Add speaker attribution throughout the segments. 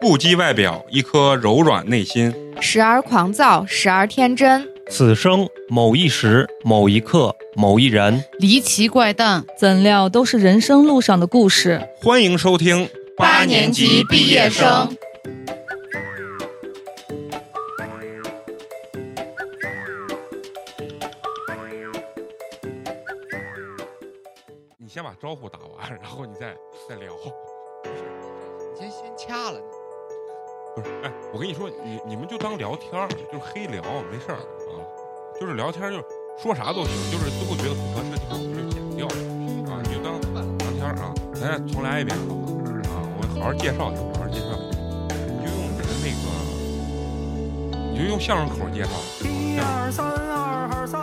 Speaker 1: 不羁外表，一颗柔软内心。
Speaker 2: 时而狂躁，时而天真，
Speaker 3: 此生某一时、某一刻、某一人，
Speaker 4: 离奇怪诞，
Speaker 5: 怎料都是人生路上的故事。
Speaker 1: 欢迎收听
Speaker 6: 八年级毕业生。
Speaker 1: 你先把招呼打完，然后你再再聊。
Speaker 7: 你先先掐了，
Speaker 1: 不是，哎，我跟你说，你你们就当聊天儿，就是黑聊，没事儿啊，就是聊天儿，就是说啥都行，就是最后觉得不合适的地方就是剪掉啊，你就当聊天儿啊，咱俩重来一遍好吗？啊，我好好介绍一下，好好介绍一下，你就用咱那个，你就用相声口儿介绍。一二三，二二三。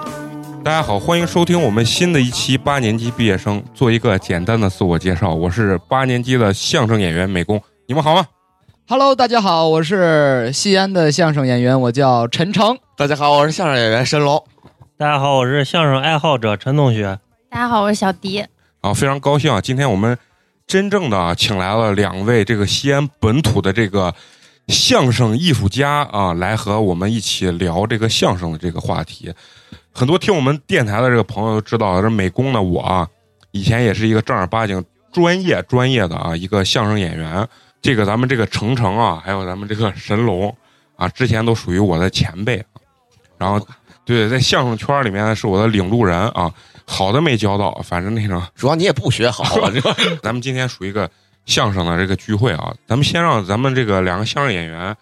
Speaker 1: 大家好，欢迎收听我们新的一期八年级毕业生，做一个简单的自我介绍，我是八年级的相声演员美工，你们好吗？
Speaker 7: Hello，大家好，我是西安的相声演员，我叫陈诚。
Speaker 8: 大家好，我是相声演员申龙。
Speaker 3: 大家好，我是相声爱好者陈同学。
Speaker 9: 大家好，我是小迪。
Speaker 1: 啊，非常高兴啊！今天我们真正的啊请来了两位这个西安本土的这个相声艺术家啊，来和我们一起聊这个相声的这个话题。很多听我们电台的这个朋友都知道，这美工呢，我啊以前也是一个正儿八经专业专业的啊一个相声演员。这个咱们这个程程啊，还有咱们这个神龙啊，之前都属于我的前辈啊。然后，对，在相声圈里面是我的领路人啊，好的没交到，反正那种
Speaker 8: 主要你也不学好，我这
Speaker 1: 咱们今天属于一个相声的这个聚会啊，咱们先让咱们这个两个相声演员，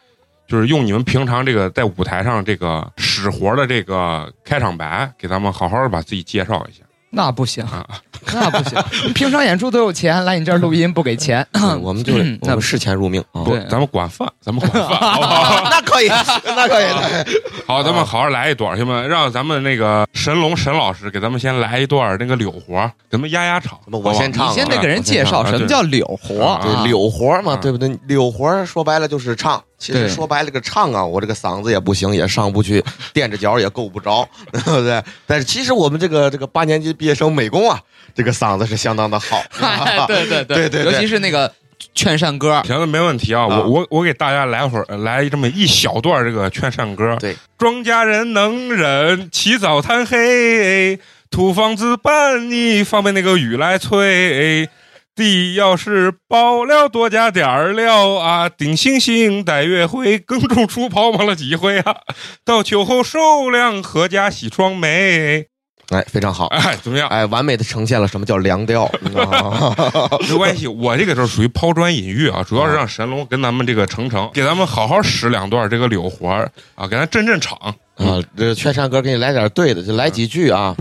Speaker 1: 就是用你们平常这个在舞台上这个使活的这个开场白，给咱们好好的把自己介绍一下
Speaker 7: 那不行，
Speaker 1: 啊。
Speaker 7: 那不行，你平常演出都有钱，来你这儿录音不给钱。
Speaker 8: 我们就是我
Speaker 7: 嗯那哦
Speaker 8: 们视钱如命啊。
Speaker 1: 不
Speaker 7: 对，
Speaker 1: 咱们管饭，咱们管饭，好不好？
Speaker 8: 那可以，那可
Speaker 7: 啊
Speaker 8: 以。
Speaker 1: 好，咱们好好来一段，行吗？让咱们那个神龙神老师给咱们先来一段那个柳活，给咱们压压场。
Speaker 8: 那我先
Speaker 1: 好吧
Speaker 8: 唱
Speaker 7: 你
Speaker 8: 啊，
Speaker 7: 先得给人介绍
Speaker 1: 啊
Speaker 7: 什么
Speaker 1: 对
Speaker 7: 叫柳活
Speaker 1: 啊
Speaker 8: 对
Speaker 7: 啊，
Speaker 8: 柳活嘛，
Speaker 1: 啊
Speaker 8: 对不对？柳活说白了就是唱，其
Speaker 7: 对
Speaker 8: 实说白了个唱啊，我这个嗓子也不行，也上不去，垫着脚也够不着， 对不对？但是其实我们这个这个八年级毕业生美工啊，这个嗓子是相当 的好。
Speaker 7: 哎 对对
Speaker 8: 对对对
Speaker 7: 尤其是那个劝善歌，
Speaker 1: 行了，没问题啊！
Speaker 8: 啊
Speaker 1: 我我我给大家来会儿，来这么一小段这个劝善歌。
Speaker 8: 对，
Speaker 1: 庄稼人能忍，起早贪黑，土方子半泥，方被那个雨来催。地要是薄了，多加点儿料啊！顶星星，带月辉，耕种出跑忙了几回啊！到秋后收量，阖家喜双眉。
Speaker 8: 哎，非 常好，
Speaker 1: 哎，怎么样？
Speaker 8: 哎，完美的呈现了什么叫凉调，你知道吗
Speaker 1: 没关系，我这个就是属于抛砖引玉啊，主要是让神龙跟咱们这个程程给咱们好好使两段这个柳活儿啊，给咱镇镇场。
Speaker 8: 啊，这个劝善歌给你来点对的，就来几句啊。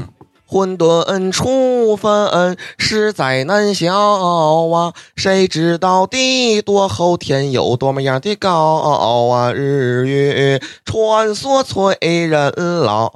Speaker 8: 混沌初分，实在难消啊！谁知道地多厚，天有多么样的高啊！日月穿梭催人老，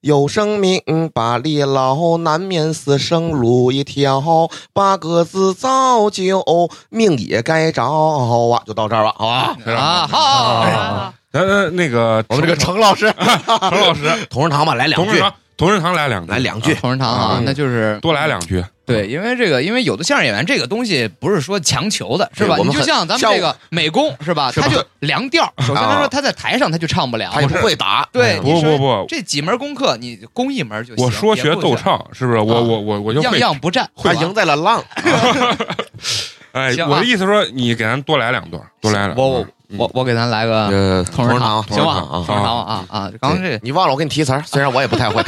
Speaker 8: 有生命把力劳，难免死生路一条。八个字造就命也该着啊！就到这儿吧，好吧？
Speaker 7: 啊，好，
Speaker 3: 啊
Speaker 1: 咱咱那个
Speaker 8: 我们这个程老师，
Speaker 1: 程程老师，
Speaker 8: 同仁堂吧，来两
Speaker 1: 同仁
Speaker 8: 句，
Speaker 1: 堂，同仁堂来两句，
Speaker 8: 来两句
Speaker 1: 啊
Speaker 7: 同仁堂啊
Speaker 8: 啊，
Speaker 7: 那就是
Speaker 1: 多来两句。
Speaker 7: 对，因为这个，因为有的相声演员这个东西不是说强求的，是吧？
Speaker 8: 对我
Speaker 7: 你
Speaker 8: 们
Speaker 7: 就
Speaker 8: 很
Speaker 7: 像咱们
Speaker 8: 像
Speaker 7: 这个美工是吧？
Speaker 8: 是
Speaker 7: 他
Speaker 8: 吧
Speaker 7: 就凉调，首先他说他在台上他就唱不嗯了
Speaker 8: 他，也不会打。
Speaker 7: 对，
Speaker 1: 不
Speaker 7: 你说
Speaker 1: 不不，
Speaker 7: 这几门功课你攻一门就行。
Speaker 1: 我说学逗
Speaker 7: 也不
Speaker 1: 唱是不是？我我我我就
Speaker 7: 行，样
Speaker 1: 会。
Speaker 7: 样不占，
Speaker 8: 他赢在了浪，
Speaker 1: 哎，
Speaker 7: 行啊
Speaker 1: 我的意思说，你给咱多来两段，多来两段。
Speaker 7: 我我我我给咱来个
Speaker 8: 呃，
Speaker 7: 同仁堂，行吧？
Speaker 8: 啊，
Speaker 7: 同仁堂啊啊！刚刚这
Speaker 8: 你忘了我给你提词儿，虽然我也不 太会。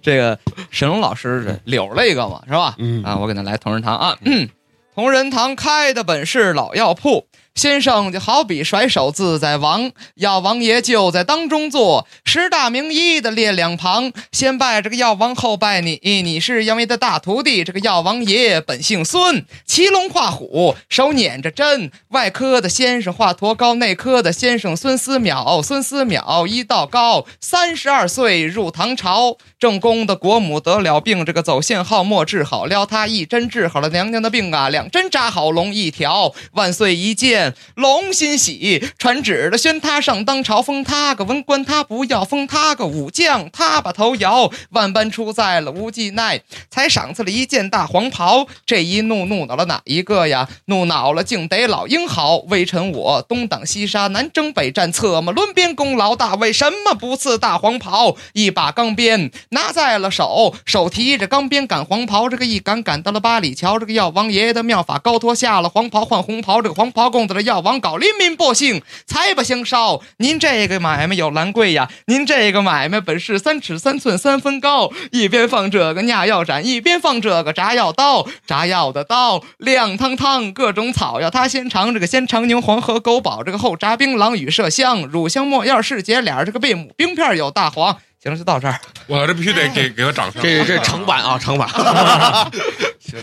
Speaker 7: 这个沈龙老师柳了一个嘛，是吧？
Speaker 8: 嗯
Speaker 7: 啊，我给咱来同仁堂啊。嗯，同仁堂开的本是老药铺，先生就好比甩手自在王，药王爷就在当中坐，十大名医的列两旁，先拜这个药王，后拜你，你是药王爷的大徒弟，这个药王爷本姓孙，骑龙画虎，手捻着针，外科的先生华佗高，内科的先生孙思邈，孙思邈医道高，三十二岁入唐朝，正宫的国母得了病，这个走线号末治好，撩他一针治好了娘娘的病啊，两针扎好龙一条，万岁一见。见龙欣喜，传旨的宣他上当朝，封他个文官，他不要封他个武将，他把头摇，万般出在了无忌奈，才赏赐了一件大黄袍。这一怒怒恼了哪一个呀？怒恼了竟得老英豪，微臣我东挡西杀，南征北战，策马抡鞭功劳大，为什么不赐大黄袍？一把钢鞭拿在了手，手提着钢鞭赶黄袍，这个一赶赶到了八里桥，这个药王爷爷的妙法高脱下了黄袍换红袍，这个黄袍供到了药王搞，临民百姓财帛相烧。您这个买卖有兰贵呀，您这个买卖本是三尺三寸三分高，一边放这个压药盏，一边放这个炸药刀，炸药的刀亮堂堂，各种草药他先尝，这个先尝牛黄和狗宝，这个后炸槟榔与麝香，乳香没药是解脸，这个贝母冰片有大黄。行了，就到这儿。
Speaker 1: 我这必须得给给个掌声。
Speaker 8: 这这成版啊，成版。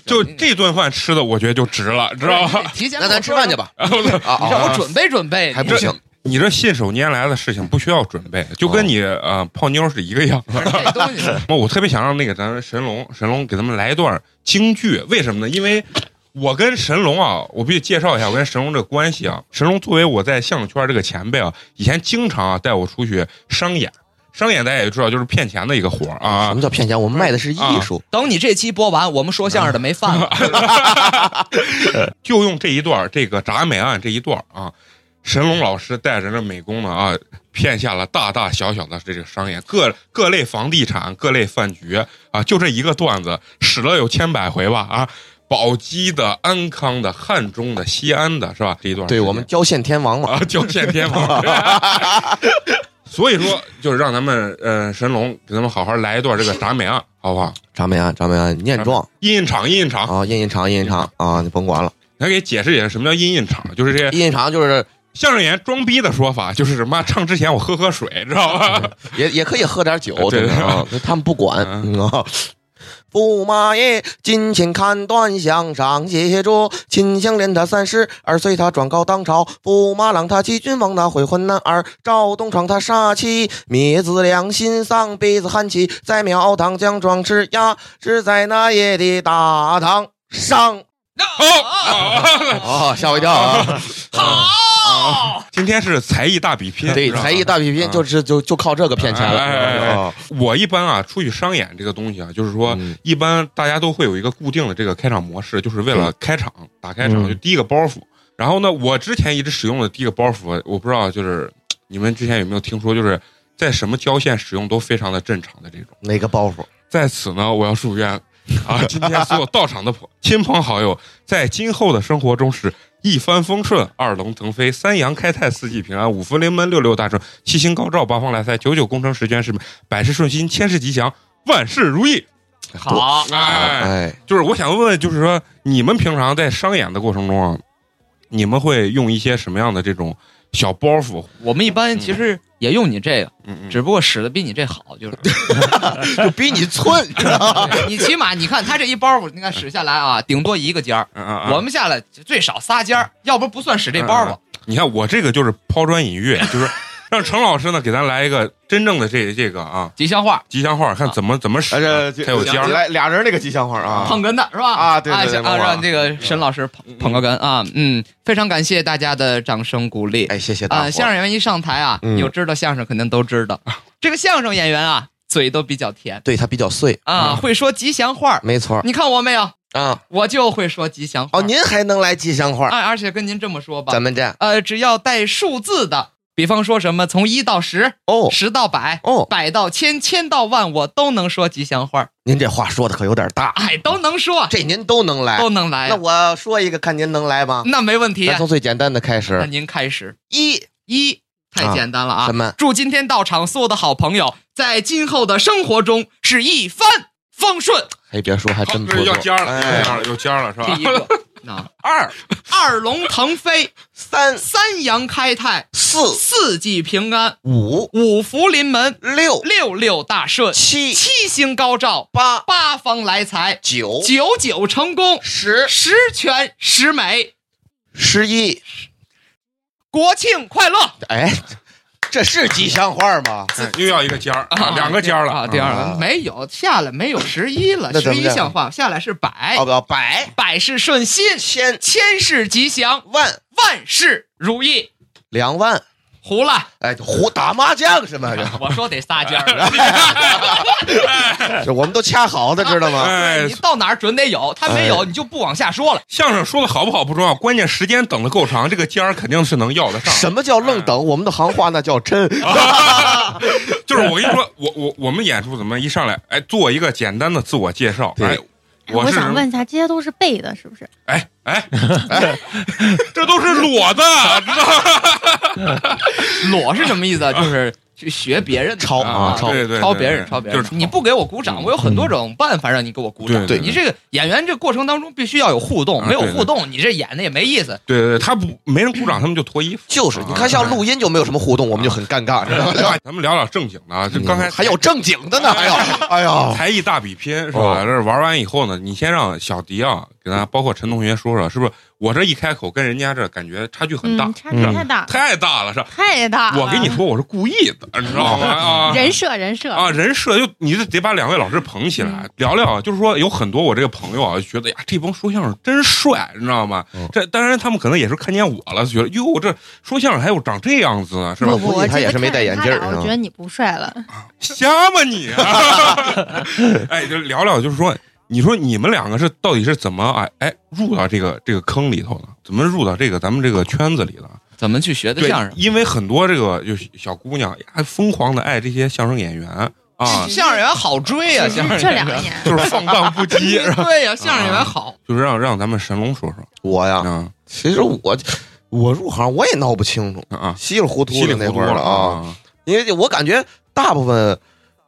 Speaker 1: 就这顿饭吃的，我觉得就值了，知道吧？
Speaker 7: 提前
Speaker 8: 那咱吃饭去吧。啊
Speaker 7: 你让我准备准备，
Speaker 8: 还不行，
Speaker 1: 你这信手拈来的事情不需要准备，就跟你呃泡妞是一个样。
Speaker 7: 这东西
Speaker 1: 那我特别想让那个咱们神龙，神龙给咱们来一段京剧，为什么呢？因为我跟神龙啊，我必须介绍一下我跟神龙这个关系啊。神龙作为我在相声圈这个前辈啊，以前经常啊带我出去商演，商演大家也知道就是骗钱的一个活儿
Speaker 8: 什
Speaker 1: 啊
Speaker 8: 么。叫骗钱？我们卖的是艺术，
Speaker 7: 等你这期播完，我们说相声的没饭了。
Speaker 1: 就用这一段儿这个铡美案这一段儿啊，神龙老师带着这美工呢啊，骗下了大大小小的这个商业，各各类房地产、各类饭局啊，就这一个段子使了有千百回吧啊。宝鸡的、安康的、汉中的、西安的，是吧？这一段
Speaker 8: 啊对
Speaker 1: 时间
Speaker 8: 我们交现天王嘛。
Speaker 1: 啊，叫见天王。 所以说，就是让咱们呃神龙给咱们好好来一段这个铡美案，好不好？
Speaker 8: 张美安，张美安，念状
Speaker 1: 印印场，印印场，
Speaker 8: 啊，印印长，印印长啊，你甭管 了。
Speaker 1: 来给解释解释什么叫印印场，就是这些
Speaker 8: 印印长就是
Speaker 1: 相声演员装逼的说法就是什么？唱之前我喝喝水，知道吧？
Speaker 8: 也也可以喝点酒，
Speaker 1: 对
Speaker 8: 真的啊，他们不管
Speaker 1: 嗯
Speaker 8: 嗯啊。驸马爷，金钱看断，项上写着。秦香莲他三十二岁，他转告当朝。驸马郎他欺君王，他悔婚男儿。赵东床他杀妻，灭子良心丧，鼻子寒起，在庙堂将壮士压制在那夜的大堂上。哦，吓我一跳啊！
Speaker 7: 好，
Speaker 1: 今天是才艺大比拼，
Speaker 8: 对，
Speaker 1: 是吧
Speaker 8: 才艺大比拼就是就就靠这个骗钱了。
Speaker 1: 哎哎哎
Speaker 8: 哦
Speaker 1: 我一般啊，出去商演这个东西啊，就是说，
Speaker 8: 嗯
Speaker 1: 一般大家都会有一个固定的这个开场模式，就是为
Speaker 8: 嗯
Speaker 1: 了开场打开场，
Speaker 3: 嗯
Speaker 1: 就第一个包袱。然后呢，我之前一直使用的第一个包袱，啊我不知道就是你们之前有没有听说，就是在什么郊县使用都非常的正常的这种。
Speaker 8: 哪个包袱？
Speaker 1: 在此呢，我要祝愿啊，今天所有到场的朋 亲朋好友，在今后的生活中是一帆风顺、二龙腾飞、三阳开泰、四季平安、五福临门、六六大顺、七星高照、八方来财、九九工程、十全十美、百事顺心、千事吉祥、万事如意。
Speaker 7: 好，
Speaker 1: 哎，
Speaker 8: 哎，
Speaker 1: 就是我想问问，就是说你们平常在商演的过程中啊，你们会用一些什么样的这种小包袱？
Speaker 7: 我们一般其实也用你这个，
Speaker 1: 嗯嗯，
Speaker 7: 只不过使的比你这好，就是
Speaker 8: 就比你寸，知道吗？
Speaker 7: 你起码你看他这一包袱，你看使下来 啊，顶多一个尖儿，
Speaker 1: 嗯嗯
Speaker 8: 啊
Speaker 1: 嗯
Speaker 7: 我们下来最少仨尖
Speaker 8: 嗯
Speaker 7: 儿，要不不算使这包
Speaker 1: 嗯
Speaker 7: 袱。
Speaker 1: 你看我这个就是抛砖引玉，就是让程老师呢给咱来一个真正的这这个啊
Speaker 7: 吉祥话，
Speaker 1: 吉祥话，看怎么怎么使
Speaker 10: 哎，这这
Speaker 1: 才啊有尖儿。
Speaker 10: 来俩人那个吉祥话啊，
Speaker 7: 捧哏的是吧？
Speaker 10: 啊对对对
Speaker 7: 想
Speaker 10: 捧
Speaker 7: 啊，
Speaker 10: 哏
Speaker 7: 让这个沈老师捧捧个哏啊，嗯，非常感谢大家的掌声鼓励。
Speaker 8: 哎，谢谢
Speaker 10: 呃
Speaker 7: 啊、
Speaker 8: 大伙。
Speaker 7: 相声演员一上台啊，
Speaker 8: 嗯啊
Speaker 7: 有知道相声肯定都知道，这个相声演员啊，嘴都比较甜
Speaker 8: 对他比较碎，
Speaker 7: 啊，会说吉祥话儿。
Speaker 8: 没错儿
Speaker 7: 你看我没有，
Speaker 8: 啊。
Speaker 7: 我就会说吉祥话
Speaker 8: 哦，
Speaker 7: 儿。
Speaker 8: 您还能来吉祥话？
Speaker 7: 哎，而且跟您这么说吧
Speaker 8: 咱，们这
Speaker 7: 呃，只要带数字的，比方说什么从一到十、
Speaker 8: 哦
Speaker 7: 十到百、
Speaker 8: 哦，
Speaker 7: 百到千、千到万，我都能说吉祥话儿，
Speaker 8: 您这话说的可有点大，
Speaker 7: 哎，都能说，
Speaker 8: 这您都能来嗯
Speaker 7: 都。能来
Speaker 8: 哎那，我说一个，看您能来吗？
Speaker 7: 那没问题
Speaker 8: 咱
Speaker 7: 啊。
Speaker 8: 从最简单的开
Speaker 7: 那
Speaker 8: 始。
Speaker 7: 您开始
Speaker 8: 一
Speaker 7: 一。太
Speaker 8: 啊
Speaker 7: 简单了啊！
Speaker 8: 什么
Speaker 7: 祝今天到场所有的好朋友，在今后的生活中是一帆风顺。
Speaker 8: 哎，别说，还真不
Speaker 1: 好要
Speaker 8: 错。
Speaker 1: 尖儿了，要
Speaker 8: 哎
Speaker 1: 尖儿了，有尖儿了，是吧
Speaker 7: 第一？ 个，那二二龙腾飞，
Speaker 8: 三、
Speaker 7: 三阳开泰，
Speaker 8: 四、
Speaker 7: 四季平安，
Speaker 8: 五、
Speaker 7: 五福临门，
Speaker 8: 六、
Speaker 7: 六六大顺，
Speaker 8: 七、
Speaker 7: 七星高照，
Speaker 8: 八、
Speaker 7: 八方来财，
Speaker 8: 九、
Speaker 7: 九九成功，
Speaker 8: 十、
Speaker 7: 十全十美，
Speaker 8: 十一。
Speaker 7: 国庆快乐！
Speaker 8: 哎，
Speaker 10: 这是吉祥话吗？
Speaker 1: 哎又要一个尖儿，
Speaker 7: 啊
Speaker 1: 啊两个尖儿了
Speaker 7: 啊，第
Speaker 1: 啊
Speaker 7: 二
Speaker 10: 啊
Speaker 7: 个没有下来没有十一了，
Speaker 10: 那咱
Speaker 7: 十
Speaker 10: 们
Speaker 7: 一
Speaker 10: 这样
Speaker 7: 像话，下来是百
Speaker 8: 哎哦
Speaker 10: 要，不要百
Speaker 7: 百事顺心，
Speaker 10: 千
Speaker 7: 千事吉祥，
Speaker 10: 万
Speaker 7: 万事如意。
Speaker 10: 两万？
Speaker 7: 胡了，
Speaker 10: 哎，胡打麻将是吗？
Speaker 7: 我说得仨尖儿，
Speaker 8: 哎
Speaker 10: 这这我们都掐好的，知道吗？
Speaker 1: 哎
Speaker 7: 你，到哪儿准得有，他没有你就不往下说了。
Speaker 1: 相声说的好不好不重要，关键时间等的够长，这个尖儿肯定是能要得上。
Speaker 10: 什么叫愣等？我们的行话那叫真。
Speaker 1: 就是我跟你说，我我我们演出怎么一上来，哎，做一个简单的自我介绍，
Speaker 10: 对
Speaker 1: 哎，我
Speaker 2: 我
Speaker 1: 是
Speaker 2: 想问一下，这些都是背的，是不是？
Speaker 1: 哎哎哎，这都是裸的，知道吗？
Speaker 7: 裸是什么意 思啊？就是去学别人的
Speaker 10: 抄
Speaker 7: 啊
Speaker 10: 啊，抄
Speaker 1: 对对，
Speaker 7: 抄
Speaker 1: 对
Speaker 7: 别人，
Speaker 1: 对
Speaker 7: 抄别
Speaker 1: 就。
Speaker 7: 人
Speaker 1: 是嗯
Speaker 7: 你不给我鼓掌，我有很多种办法让你给我鼓掌。
Speaker 1: 对对
Speaker 7: 你这个演员这过程当中必须要有互动，
Speaker 1: 啊
Speaker 7: 没有
Speaker 1: 对对
Speaker 7: 互动，你这演的也没意思。
Speaker 1: 对对，对他不没人鼓掌，他们就脱衣服。啊哎
Speaker 10: 就是你看，像录音就没有什么互动，我们就很尴尬，知道吗？
Speaker 1: 咱们聊聊正经的啊，就刚才
Speaker 10: 啊还有正经的呢，还有，哎呀，
Speaker 1: 才艺大比拼是吧？
Speaker 10: 哦
Speaker 1: 这玩完以后呢，你先让小迪啊，给大家包括陈同学说说，是不是？我这一开口跟人家这感觉差距很大
Speaker 2: 嗯，，差距太大，
Speaker 1: 太大了，是吧？
Speaker 2: 太大了。
Speaker 1: 我跟你，说，我是故意的，你知道吗？啊，
Speaker 2: 人设人设
Speaker 1: 啊，人设就你得得把两位老师捧起
Speaker 2: 嗯
Speaker 1: 来，聊聊啊。就是说，有很多我这个朋友啊，就觉得呀，这帮说相声真帅，你知道吗？
Speaker 10: 嗯
Speaker 1: 这当然他们可能也是看见我了，就觉得哟，这说相声还有长这样子啊呢，是吧
Speaker 2: 不？
Speaker 10: 我
Speaker 2: 不，
Speaker 10: 估计
Speaker 2: 我
Speaker 10: 他
Speaker 2: 这
Speaker 10: 也
Speaker 2: 个
Speaker 10: 是没戴眼镜
Speaker 2: 看着
Speaker 10: 儿
Speaker 2: 他
Speaker 10: 是吧
Speaker 2: 我觉得你不帅了。
Speaker 1: 瞎吗你、啊 哎，就聊聊，就是说，你说你们两个是到底是怎么哎哎入到这个这个坑里头的？怎么入到这个咱们这个圈子里的？
Speaker 7: 怎么去学的
Speaker 1: 对
Speaker 7: 相，声？
Speaker 1: 因为很多这个就是小姑娘还疯狂的爱这些相声演员啊，
Speaker 7: 相声演员好追啊，
Speaker 2: 只是
Speaker 7: 相声
Speaker 2: 这
Speaker 7: 演
Speaker 2: 两
Speaker 7: 员。
Speaker 2: 年，
Speaker 1: 就是放荡不 羁，是吧
Speaker 7: 对呀，相声演员好。
Speaker 1: 就是让让咱们神龙说说
Speaker 10: 我呀，
Speaker 1: 啊
Speaker 10: 其实我我入行我也闹不清楚，
Speaker 1: 啊，
Speaker 10: 稀里糊涂
Speaker 1: 稀里
Speaker 10: 的
Speaker 1: 糊
Speaker 10: 那
Speaker 1: 涂
Speaker 10: 会儿
Speaker 1: 了
Speaker 10: 了啊，
Speaker 1: 啊，
Speaker 10: 因为我感觉大部分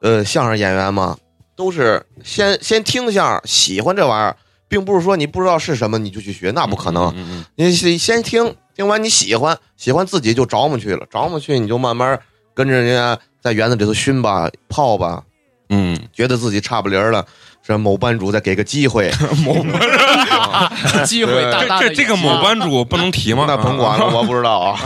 Speaker 10: 呃相声演员嘛，都是先先听相声，喜欢这玩意儿，并不是说你不知道是什么你就去学，那不可能。
Speaker 1: 嗯，嗯
Speaker 10: 你先先听，听完你喜欢，喜欢自己就着么去了，着么去你就慢慢跟着人家在园子里头熏吧、泡吧，
Speaker 1: 嗯嗯
Speaker 10: 觉得自己差不离儿了，是某班主再给个 机会，
Speaker 1: 嗯 某班
Speaker 10: 啊
Speaker 7: 机会大大
Speaker 1: 这
Speaker 7: 的
Speaker 1: 这这个某班主不能提吗？
Speaker 10: 那甭管了，我不知 道啊。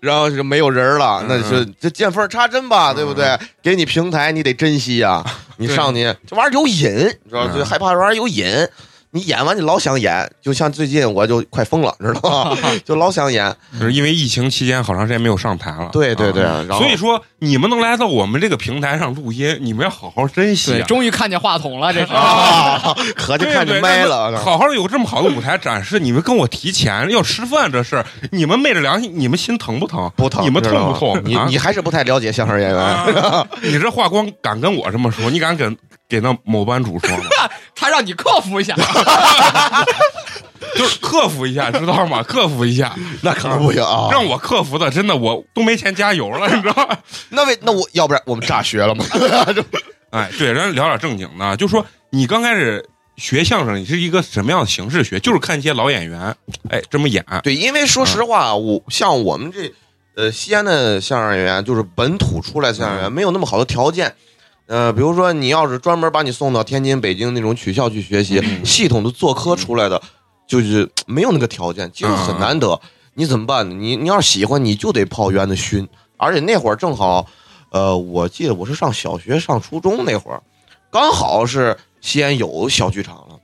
Speaker 10: 然后就没有人
Speaker 1: 嗯
Speaker 10: 了，那是这见缝插针吧，对不对？给你平台，你得珍惜呀、你上去这玩意儿有瘾，你知道吧，
Speaker 1: 嗯
Speaker 10: 就害怕这玩意儿有瘾。你演完你老想演，就像最近我就快疯了，知道 吗？就老想演。
Speaker 1: 啊就是因为疫情期间好长时间没有上台了，
Speaker 10: 对对对，
Speaker 1: 啊
Speaker 10: 然后
Speaker 1: 所以说你们能来到我们这个平台上录音，你们要好好珍惜
Speaker 7: 对，
Speaker 1: 啊。
Speaker 7: 终于看见话筒了，这是。
Speaker 10: 啊， 合计
Speaker 1: 对
Speaker 10: 看
Speaker 1: 对
Speaker 10: 着麦
Speaker 1: 那
Speaker 10: 了。
Speaker 1: 好好有这么好的舞台展示，你们跟我提前要吃饭这事儿，你们昧着良心，你们心疼不疼？
Speaker 10: 不疼，
Speaker 1: 你们
Speaker 10: 知道
Speaker 1: 痛不
Speaker 10: 吗
Speaker 1: 痛？
Speaker 10: 你
Speaker 1: 啊
Speaker 10: 你还是不太了解相声演员，
Speaker 1: 啊你这话光敢跟我这么说，你敢跟给那某班主 说吗？
Speaker 7: 他让你克 服一下，
Speaker 1: 就是克服一下，知道吗？克服一 下，
Speaker 10: 那可不行啊。
Speaker 1: 让我克服的，真的我都没钱加油了，你知道吗？
Speaker 10: 那为那我要不然我们炸学 了吗？
Speaker 1: 哎，对，咱聊点正经的，就说你刚开始学相声，你是一个什么样的形式学？就是看一些老演员，哎，这么演，
Speaker 10: 对，因为说实话，啊我像我们这呃西安的相声演员，就是本土出来的相声演员，没有那么好的条件。呃，比如说你要是专门把你送到天津、北京那种曲校去学习，系统的做科出来的，就是没有那个条件，其实很难得。你怎么办呢？你你要是喜欢，你就得泡园子熏。而且那会儿正好，呃，我记得我是上小学、上初中那会儿，刚好是西安有小剧场了，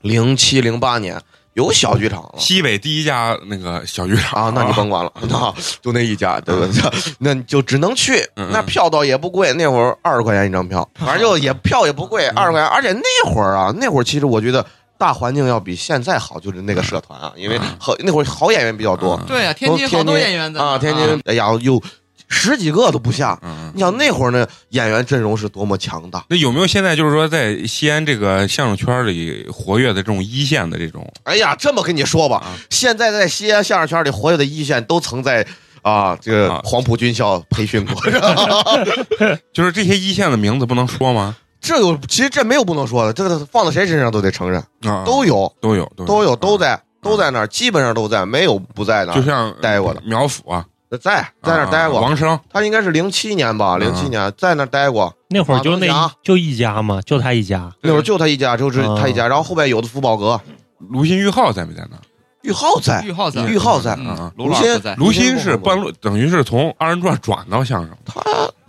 Speaker 10: 零七零八年有小剧场了。
Speaker 1: 西北第一家那个小剧场
Speaker 10: 啊，那你甭 管了，那就那一家，对不对？ 那你就只能去，
Speaker 1: 嗯嗯
Speaker 10: 那票倒也不贵，那会儿二十块钱一张 票，反正就也票也不贵，
Speaker 1: 嗯
Speaker 10: 二十块钱。而且那会儿啊，那会儿其实我觉得大环境要比现在好，就是
Speaker 1: 嗯
Speaker 10: 那个社团啊，因为好那会儿好演员比较多
Speaker 7: 对呀，天津好多演员的
Speaker 10: 啊，天津，哎呀，有十几个都不下。
Speaker 1: 嗯，
Speaker 10: 你想那会儿呢，演员阵容是多么强大！
Speaker 1: 那有没有现在就是说在西安这个相声圈里活跃的这种一线的这种
Speaker 10: 哎呀，这么跟你说吧
Speaker 1: 啊，
Speaker 10: 现在在西安相声圈里活跃的一线，都曾在啊这个
Speaker 1: 啊
Speaker 10: 黄埔军校培训过。
Speaker 1: 就是这些一线的名字不能说吗？
Speaker 10: 这有，其实这没有不能说的，这个放在谁身上都得承认，
Speaker 1: 啊，
Speaker 10: 都有，
Speaker 1: 都有，都
Speaker 10: 都有，都
Speaker 1: 在，
Speaker 10: 在，都在那儿，基本上都在，没有不在的
Speaker 1: 就，像
Speaker 10: 待过的
Speaker 1: 苗阜啊，
Speaker 10: 在在那儿待
Speaker 1: 啊
Speaker 10: 过。
Speaker 1: 王声
Speaker 10: 他应该是零七年吧，
Speaker 1: 嗯
Speaker 10: 零七年在那儿待过，
Speaker 3: 那会儿就那
Speaker 10: 马东
Speaker 3: 一
Speaker 10: 祥
Speaker 3: 就一家嘛，就他一家。
Speaker 10: 那会儿就他一家，就是
Speaker 3: 嗯
Speaker 10: 他一家，然后后边有的福宝阁，
Speaker 1: 卢鑫玉浩在没在那？
Speaker 10: 玉浩
Speaker 1: 哎
Speaker 10: 在，
Speaker 7: 玉浩在，
Speaker 10: 玉浩在
Speaker 7: 嗯
Speaker 1: 啊啊
Speaker 7: 卢
Speaker 10: 哎卢
Speaker 7: 老
Speaker 10: 鑫
Speaker 7: 师在，
Speaker 1: 卢鑫是半路，等于是从二人转转到相声，
Speaker 10: 他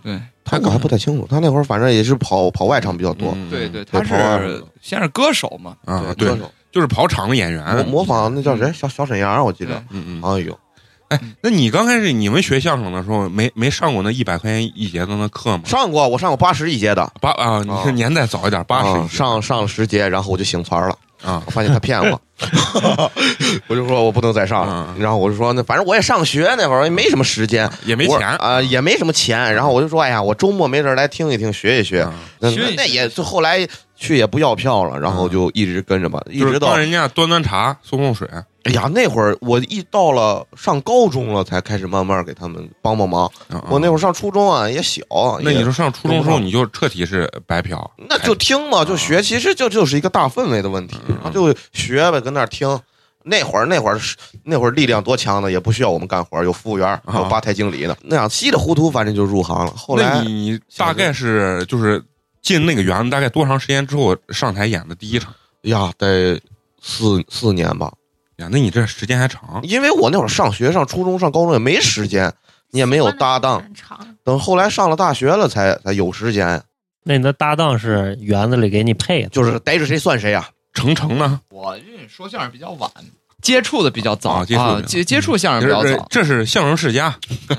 Speaker 7: 对
Speaker 10: 他我还不太清楚，他那会儿反正也是跑跑外场比较多，
Speaker 1: 嗯
Speaker 7: 对对，他
Speaker 10: 对跑二
Speaker 7: 是先是歌手嘛，
Speaker 1: 啊，
Speaker 10: 歌
Speaker 1: 对，
Speaker 10: 手
Speaker 1: 就是跑场的演员。
Speaker 10: 模模仿那叫谁小小沈阳，我记得，
Speaker 1: 嗯嗯，
Speaker 10: 哎呦，
Speaker 1: 那你刚开始你们学相声的时候，没没上过那一百块钱一节的那课吗？
Speaker 10: 上过我上过八十一节的，
Speaker 1: 八啊，你是 年代早一点，八
Speaker 10: 啊
Speaker 1: 十
Speaker 10: 上上了十节，然后我就醒团了，
Speaker 1: 啊
Speaker 10: 我发现他骗 我，我就说我不能再上了
Speaker 1: 嗯，
Speaker 10: 然后我就说那反正我也上学那会儿也没什么时间，
Speaker 1: 也没
Speaker 10: 我
Speaker 1: 钱
Speaker 10: 啊、也没什么钱。然后我就说，哎呀，我周末没事儿来听一听，学一学。
Speaker 1: 啊
Speaker 10: 那
Speaker 3: 学一学
Speaker 10: 那也就后来去也不要票了，然后就一直跟着吧，一
Speaker 1: 嗯就是
Speaker 10: 直到
Speaker 1: 帮人家端端茶、送送水。啊
Speaker 10: 哎呀那会儿我一到了上高中了，才开始慢慢给他们帮帮忙。我那
Speaker 1: 会
Speaker 10: 会儿上初中啊也小，
Speaker 1: 嗯那你
Speaker 10: 也
Speaker 1: 说上初中的时候你就彻底是白嫖，
Speaker 10: 那就听嘛，就学，其实就就是一个大氛围的问题，啊就学呗，跟那儿听。那会儿，那会儿是那会儿力量多强呢，也不需要我们干活，有服务员，还有吧台经理呢。那样稀里糊涂，反正就入行了。后
Speaker 1: 那
Speaker 10: 来
Speaker 1: 你你大概是就是进那个园子大概多长时间之后上台演的第一场
Speaker 10: 呀，得四四年吧，
Speaker 1: 呀？那你这时间还长，
Speaker 10: 因为我那会儿上学、上初中、上高中也没时间，你也没 有搭档。
Speaker 2: 很长，
Speaker 10: 等后来上了大学了才，才有时间，
Speaker 3: 那你的搭档是园子里给你配的，
Speaker 10: 就是逮着谁算谁啊。
Speaker 1: 程程呢？
Speaker 7: 我因为说相声比较晚，接触的比较早
Speaker 1: 啊接触的
Speaker 7: 接接触相
Speaker 1: 这
Speaker 7: 声比较
Speaker 1: 这
Speaker 7: 早
Speaker 1: 这是相声世家，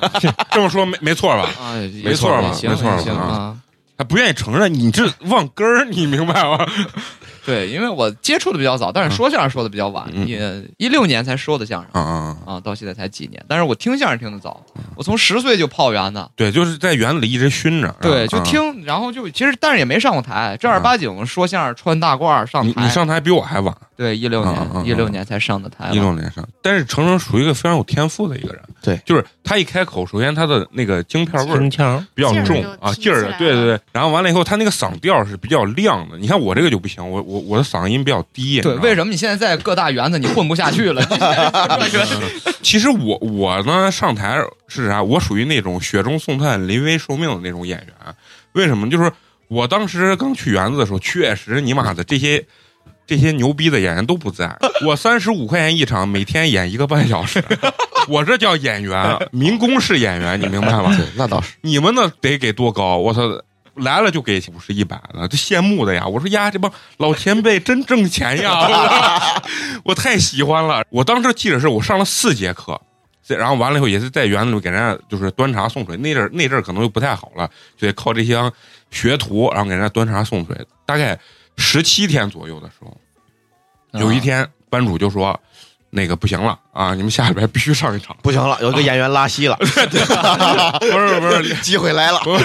Speaker 1: 这么说没没错吧？
Speaker 7: 啊，
Speaker 1: 没
Speaker 7: 没
Speaker 1: 错吧
Speaker 7: 行
Speaker 1: 没错吧
Speaker 7: 行
Speaker 1: 啊
Speaker 7: 啊，
Speaker 1: 他不愿意承认，你这忘根儿，你明白吗？
Speaker 7: 对，因为我接触的比较早，但是说相声说的比较晚，
Speaker 1: 嗯
Speaker 7: 也一六年才说的相声
Speaker 1: 啊啊！啊
Speaker 7: 啊，到现在才几年，但是我听相声听得早，
Speaker 1: 嗯
Speaker 7: 我从十岁就泡园子，
Speaker 1: 对，就是在园子里一直熏着，
Speaker 7: 对，
Speaker 1: 啊
Speaker 7: 就。听，然后就其实但是也没上过台，正儿八经说相声穿大褂儿
Speaker 1: 啊
Speaker 7: 上
Speaker 1: 嗯你
Speaker 7: 台，
Speaker 1: 你上台比我还晚，
Speaker 7: 对一六
Speaker 1: 嗯嗯嗯
Speaker 7: 年一六年才上的台嘛，
Speaker 1: 一六年上，但是程程属于一个非常有天赋的一个人，
Speaker 10: 对
Speaker 1: 就是他一开口，首先他的那个京片味儿
Speaker 3: 胸腔
Speaker 1: 比较重
Speaker 2: 劲儿就
Speaker 1: 啊，
Speaker 2: 提
Speaker 1: 劲儿
Speaker 2: 起来，了
Speaker 1: 对对对，然后完了以后，他那个嗓调是比较亮的，你看我这个就不行，我我我的嗓音比较低，
Speaker 7: 对，为
Speaker 1: 么？
Speaker 7: 什么你现在在各大园子你混不下去了？
Speaker 1: 嗯其实我我呢上台是啥？我属于那种雪中送炭、临危受命的那种演员。为什么？就是我当时刚去园子的时候，确实你妈的这些这些牛逼的演员都不在。我三十五块钱一场，每天演一个半小时，我这叫演员，民工式演员，你明白吗？
Speaker 10: 对， 那倒是。
Speaker 1: 你们那得给多高？我操！来了就给五十一百了，这羡慕的呀！我说呀，这帮老前辈真挣钱呀， 我太喜欢了。我当时记得是我上了四节课，这然后完了以后也是在园子里给人家就是端茶送水。那阵儿那阵儿可能就不太好了，就得靠这些学徒，然后给人家端茶送水。大概十七天左右的时候，
Speaker 10: 啊
Speaker 7: 嗯
Speaker 1: 有一天班主就说：“那个不行了啊，你们下礼拜必须上一场。
Speaker 10: 不 行了，有一个演员拉 稀了，”
Speaker 1: 不是不是，
Speaker 10: 机会来了。
Speaker 1: 不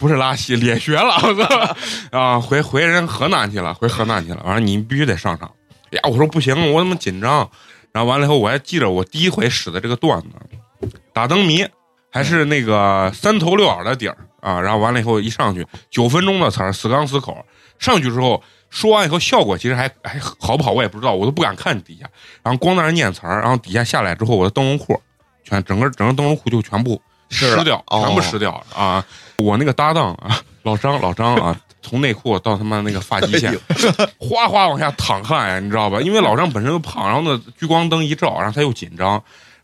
Speaker 1: 不是 拉稀，脸学了，我操！啊，回回人河南去了，回河南去了。完了，你必须得上场。哎呀，我说不行，我他妈紧张。然后完了以后，我还记着我第一回使的这个段子，打灯谜，还是那个三头六耳的底儿啊。然后完了以后一上去，九分钟的词儿，死刚死口。上去之后说完以后，效果其实还还好不好，我也不知道，我都不敢看底下。然后光在那念词儿，然后底下下来之后，我的灯笼裤全整个整个灯笼裤就全部
Speaker 10: 湿了
Speaker 1: 湿掉，
Speaker 10: 哦
Speaker 1: 全部湿掉了啊！我那个搭档啊，老张老张啊，从内裤到他妈那个发际线，哗哗往下淌汗呀，你知道吧？因为老张本身就胖，然后呢聚光灯一照，然后他又紧张，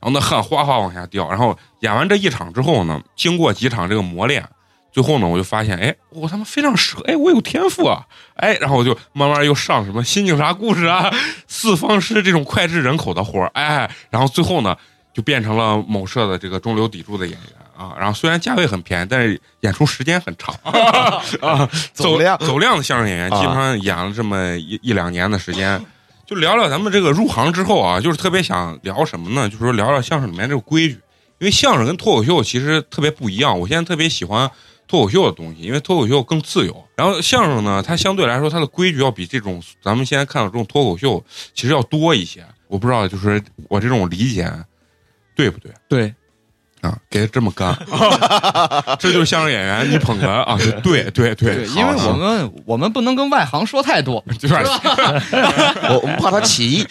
Speaker 1: 然后那汗哗哗往下掉。然后演完这一场之后呢，经过几场这个磨练，最后呢我就发现，哎，我他妈非常适合，哎，我有天赋啊，哎，然后我就慢慢又上什么新警察故事啊、四方师这种脍炙人口的活儿，哎，然后最后呢就变成了某社的这个中流砥柱的演员。啊，然后虽然价位很便宜，但是演出时间很长啊，
Speaker 10: 走量
Speaker 1: 走量的相声演员，
Speaker 10: 啊
Speaker 1: 基本上演了这么一一两年的时间，就聊聊咱们这个入行之后啊，就是特别想聊什么呢？就是说聊聊相声里面这个规矩，因为相声跟脱口秀其实特别不一样。我现在特别喜欢脱口秀的东西，因为脱口秀更自由。然后相声呢，它相对来说它的规矩要比这种咱们现在看到这种脱口秀其实要多一些。我不知道，就是我这种理解对不对？
Speaker 7: 对，
Speaker 1: 啊，给的这么干， 这就是相声演员，你捧哏啊，就对对对
Speaker 7: 对，因为我们我们不能跟外行说 太多，
Speaker 1: 有点
Speaker 10: 我我们怕他起义。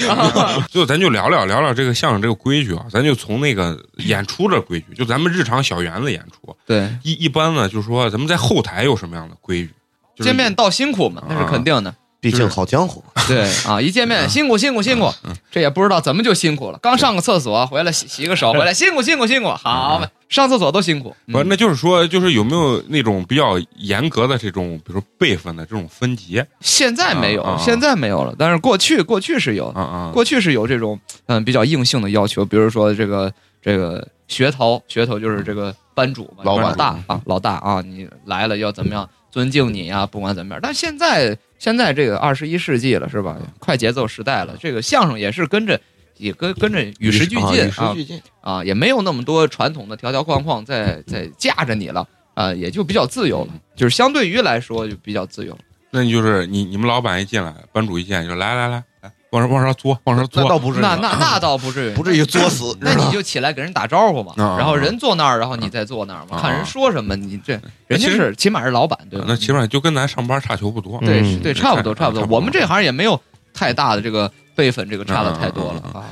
Speaker 1: 就咱就聊聊聊聊这个相声这个规矩啊，咱就从那个演出这规矩，就咱们日常小园子演出，
Speaker 7: 对，
Speaker 1: 一一般呢，就是说咱们在后台有什么样的规矩？就是
Speaker 7: 见面道辛苦嘛，那是肯定的，
Speaker 10: 毕
Speaker 7: 就
Speaker 10: 竟
Speaker 7: 是
Speaker 10: 好江湖，
Speaker 7: 对啊，一见面辛苦辛苦辛苦
Speaker 1: 嗯，
Speaker 7: 这也不知道怎么就辛苦了。刚上个厕所回来洗洗个手，回 来辛苦辛苦辛苦，好嘛，上厕所都辛苦。
Speaker 1: 嗯
Speaker 7: 嗯
Speaker 1: 不，那就是说，就是有没有那种比较严格的这种，比如说辈分的这种分级？
Speaker 7: 现在没
Speaker 1: 啊啊
Speaker 7: 有
Speaker 1: 啊，
Speaker 7: 现在没有了，但是过去过去是有，
Speaker 1: 啊啊，
Speaker 7: 过去是有这种嗯比较硬性的要求，比如说这个这个学头，学头就是这个班主嘛，
Speaker 10: 老板
Speaker 7: 大啊，老大啊，你来了要怎么样尊敬你呀、不管怎么样。但现在现在这个二十一世纪了，是吧？快节奏时代了，这个相声也是跟着也跟跟着与时俱
Speaker 10: 啊
Speaker 7: 进
Speaker 10: 与时
Speaker 7: 啊
Speaker 10: 俱进。
Speaker 7: 啊，也没有那么多传统的条条框框在在架着你了。啊，也就比较自由了，就是相对于来说就比较自由了。
Speaker 1: 那你就是你你们老板一进来，班主一见就来来来来，往上往上坐，往上
Speaker 10: 那
Speaker 1: 坐。
Speaker 10: 倒不至于，啊
Speaker 7: 那那那倒不至于，
Speaker 10: 不至于作死，
Speaker 7: 那你就起来给人打招呼嘛，
Speaker 1: 啊
Speaker 7: 然后人坐那儿，然后你再坐那儿嘛，
Speaker 1: 啊
Speaker 7: 看人说什么，你这
Speaker 1: 那
Speaker 7: 人
Speaker 1: 其
Speaker 7: 家
Speaker 1: 实
Speaker 7: 是起码是老板对吧？
Speaker 1: 那起码就跟咱上班差球不多。
Speaker 7: 对
Speaker 3: 嗯
Speaker 7: 是对，差不多
Speaker 1: 差
Speaker 7: 差
Speaker 1: 不
Speaker 7: 不
Speaker 1: 多
Speaker 7: 多。我们这行也没有太大的这个辈分，这个差的太多了啊。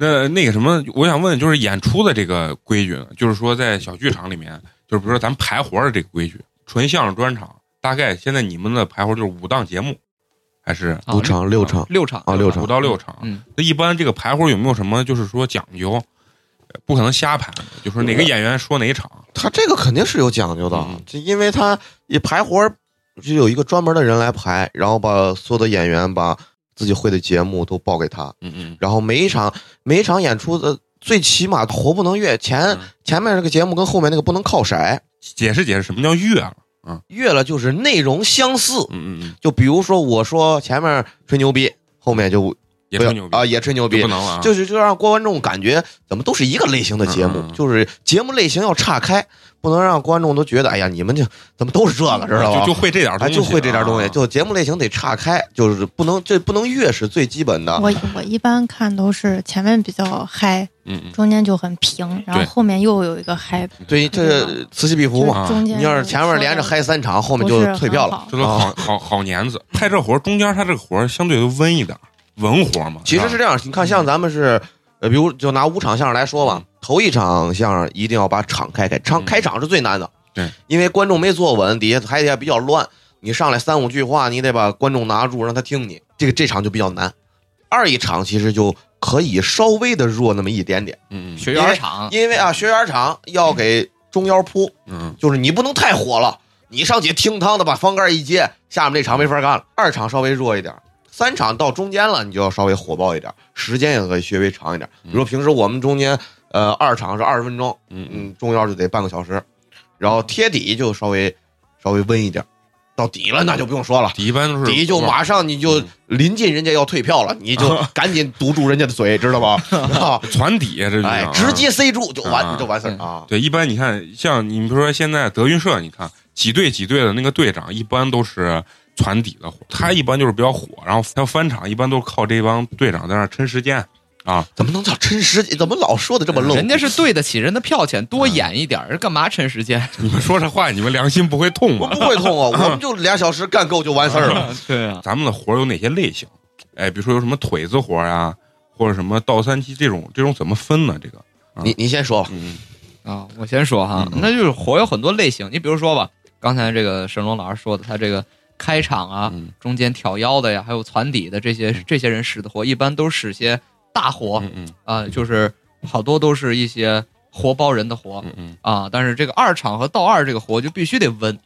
Speaker 1: 那那个什么，我想问，就是演出的这个规矩呢，就是说在小剧场里面，就是比如说咱们排活的这个规矩，纯相声专场，大概现在你们的排活就是五档节目，还是
Speaker 7: 啊
Speaker 10: 五场六场
Speaker 7: 六场
Speaker 10: 啊六场
Speaker 1: 五到六场？
Speaker 7: 嗯，
Speaker 1: 那一般这个排活有没有什么就是说讲究？呃不可能瞎排，就是哪个演员说哪场。
Speaker 10: 他这个肯定是有讲究的
Speaker 1: 嗯，
Speaker 10: 这因为他一排活儿就有一个专门的人来排，然后把所有的演员把自己会的节目都报给他，
Speaker 1: 嗯嗯
Speaker 10: 然后每一场每一场演出的最起码头不能越前、
Speaker 1: 嗯
Speaker 10: 前面这个节目跟后面那个不能靠色，
Speaker 1: 解释解释什么叫越了。
Speaker 10: 越了就是内容相似。
Speaker 1: 嗯嗯嗯，
Speaker 10: 就比如说我说前面吹牛逼，后面就
Speaker 1: 也
Speaker 10: 不要
Speaker 1: 吹牛逼
Speaker 10: 啊，也吹
Speaker 1: 就
Speaker 10: 牛逼
Speaker 1: 不。能了啊。
Speaker 10: 就是就让观众感觉怎么都是一个类型的节目，
Speaker 1: 嗯嗯嗯
Speaker 10: 就是节目类型要岔开，不能让观众都觉得哎呀，你们这怎么都是这个，知道吧？
Speaker 1: 就就会这点东
Speaker 10: 哎，
Speaker 1: 西，
Speaker 10: 就会这点东西，
Speaker 1: 啊
Speaker 10: 就节目类型得岔开，就是不能这不能越是最基本的。
Speaker 5: 我我一般看都是前面比较嗨，
Speaker 1: 嗯嗯
Speaker 5: 中间就很平，然后后面又有一个嗨，
Speaker 10: 对，这此起彼
Speaker 5: 就是
Speaker 10: 伏
Speaker 5: 嗯
Speaker 10: 嘛。
Speaker 1: 啊
Speaker 5: 中间
Speaker 10: 你要是前面连着嗨三场，后面就退票了。
Speaker 5: 了。
Speaker 1: 这都好好好年子，派这活儿中间他这个活儿相对都温一点儿，文活嘛。
Speaker 10: 其实是
Speaker 1: 吧
Speaker 10: 这样，你看像咱们
Speaker 1: 啊
Speaker 10: 是，呃，比如就拿五场相声来说吧，头一场相声一定要把场开开，场
Speaker 1: 嗯
Speaker 10: 开场是最难的，
Speaker 1: 对，
Speaker 10: 因为观众没坐稳，底下台底下比较乱，你上来三五句话，你得把观众拿住，让他听你，这个这场就比较难。二一场其实就可以稍微的弱那么一点点，
Speaker 1: 嗯嗯
Speaker 7: 学员场
Speaker 10: 因为啊，学员场要给中腰铺，
Speaker 1: 嗯
Speaker 10: 就是你不能太火了，你上去听汤的把方盖一揭，下面这场没法干了。二场稍微弱一点，三场到中间了，你就要稍微火爆一点，时间也可以稍微长一点。比如说平时我们中间，呃，二场是二十分钟，
Speaker 1: 嗯嗯
Speaker 10: 嗯，中腰就得半个小时，然后贴底就稍微稍微温一点，到底了那就不用说了。
Speaker 1: 底一般都是
Speaker 10: 底就马上你就
Speaker 1: 嗯
Speaker 10: 临近人家要退票了，你就 赶紧堵住人家的嘴，知道吧？啊，
Speaker 1: 传底这就叫
Speaker 10: 哎，
Speaker 1: 啊
Speaker 10: 直接塞住就
Speaker 1: 啊
Speaker 10: 完就完事儿啊。
Speaker 1: 对。一般你看，像你比如说现在德云社，你看几队几队的那个队长，一般都是传底的活儿，他一般就是比较火，然后他翻场一般都是靠这帮队长在那儿抻时间 啊。
Speaker 10: 怎么能叫真实？怎么老说的这么愣？
Speaker 7: 人家是对得起人的票钱，多演一点儿，干嘛趁时间？
Speaker 1: 你们说这话，你们良心不会痛
Speaker 10: 我
Speaker 1: 吗
Speaker 10: 不？会痛啊，我们就俩小时干够就完事儿了。
Speaker 7: 对啊，
Speaker 1: 咱们的活儿有哪些类型？哎，比如说有什么腿子活呀、或者什么倒三七这种，这种怎么分呢？这个，
Speaker 10: 你你先说吧，
Speaker 1: 嗯，
Speaker 7: 啊，我先说哈，
Speaker 1: 嗯
Speaker 7: 那就是火有很多类型。你比如说吧，刚才这个沈龙老师说的，他这个开场啊，
Speaker 1: 嗯
Speaker 7: 中间挑腰的呀，还有攒底的这些这些人使的活，一般都使些大活
Speaker 1: 嗯嗯
Speaker 7: 啊、就是好多都是一些活包人的活
Speaker 1: 嗯嗯
Speaker 7: 啊。但是这个二场和道二这个活就必须得温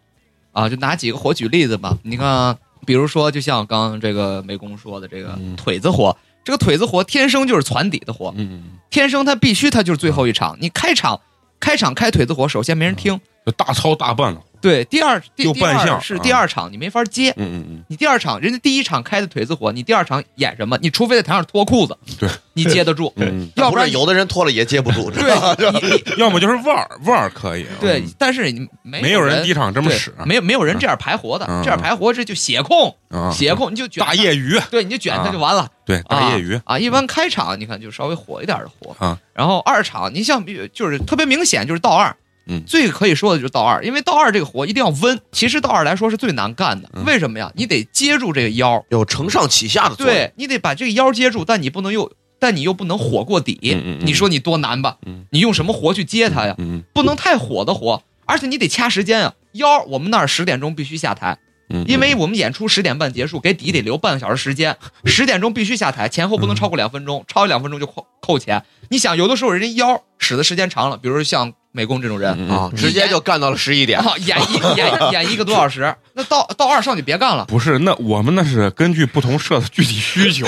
Speaker 7: 啊，就拿几个活举例子
Speaker 1: 嗯
Speaker 7: 吧。你看，比如说，就像刚刚这个美工说的这个
Speaker 1: 嗯
Speaker 7: 腿子活，这个腿子活天生就是攒底的活，
Speaker 1: 嗯，
Speaker 7: 天生他必须他就是最后一场。你开场，开场开腿子活，首先
Speaker 1: 嗯
Speaker 7: 没人听。
Speaker 1: 就大操大办了。
Speaker 7: 对，第二第
Speaker 1: 又
Speaker 7: 第
Speaker 1: 扮相
Speaker 7: 二是第二场，你没法接。
Speaker 1: 嗯嗯
Speaker 7: 你第二场人家第一场开的腿子活，你第二场演什么？你除非在台上脱裤子，
Speaker 1: 对，
Speaker 7: 你接得住，
Speaker 1: 嗯
Speaker 7: 要
Speaker 10: 不
Speaker 7: 然
Speaker 10: 然有的人脱了也接不住。知道吧
Speaker 7: 对你你
Speaker 1: 嗯，要么就是腕儿，腕儿可以。
Speaker 7: 对
Speaker 1: 嗯，
Speaker 7: 但是你没
Speaker 1: 没
Speaker 7: 有
Speaker 1: 有人第一场这么
Speaker 7: 对
Speaker 1: 使。
Speaker 7: 没有没有人这样排活的
Speaker 1: 嗯，
Speaker 7: 这样排活这就血控，
Speaker 1: 啊，
Speaker 7: 血控你就卷
Speaker 1: 大
Speaker 7: 他，
Speaker 1: 业余，
Speaker 7: 对，你就卷他就完了。
Speaker 1: 对啊大业余，
Speaker 7: 啊啊，一般开场你看就稍微火一点的火
Speaker 1: 啊，
Speaker 7: 然后二场你像比就是特别明显就是道二，
Speaker 1: 嗯
Speaker 7: 最可以说的就是道二，因为道二这个活一定要温，其实道二来说是最难干的，
Speaker 1: 嗯
Speaker 7: 为什么呀？你得接住这个腰，
Speaker 10: 有承上启下的作用。
Speaker 7: 对你得把这个腰接住，但你不能又但你又不能火过底，
Speaker 1: 嗯嗯嗯
Speaker 7: 你说你多难吧？
Speaker 1: 嗯
Speaker 7: 你用什么活去接他呀？
Speaker 1: 嗯
Speaker 7: 不能太火的活，而且你得掐时间啊。腰，我们那儿十点钟必须下台，
Speaker 1: 嗯
Speaker 7: 因为我们演出十点半结束，给底得留半个小时 时间，十点钟必须下台，前后不
Speaker 1: 嗯
Speaker 7: 能超过两分钟，超过两分钟就扣扣钱。你想，有的时候人家腰使的时间长了，比如像美工这种人，
Speaker 1: 嗯
Speaker 10: 啊，直接就干到了十一点
Speaker 7: 然。后演一演演一个多小时，那到到二上就别干了。
Speaker 1: 不是，那我们那是根据不同社的具体需 求。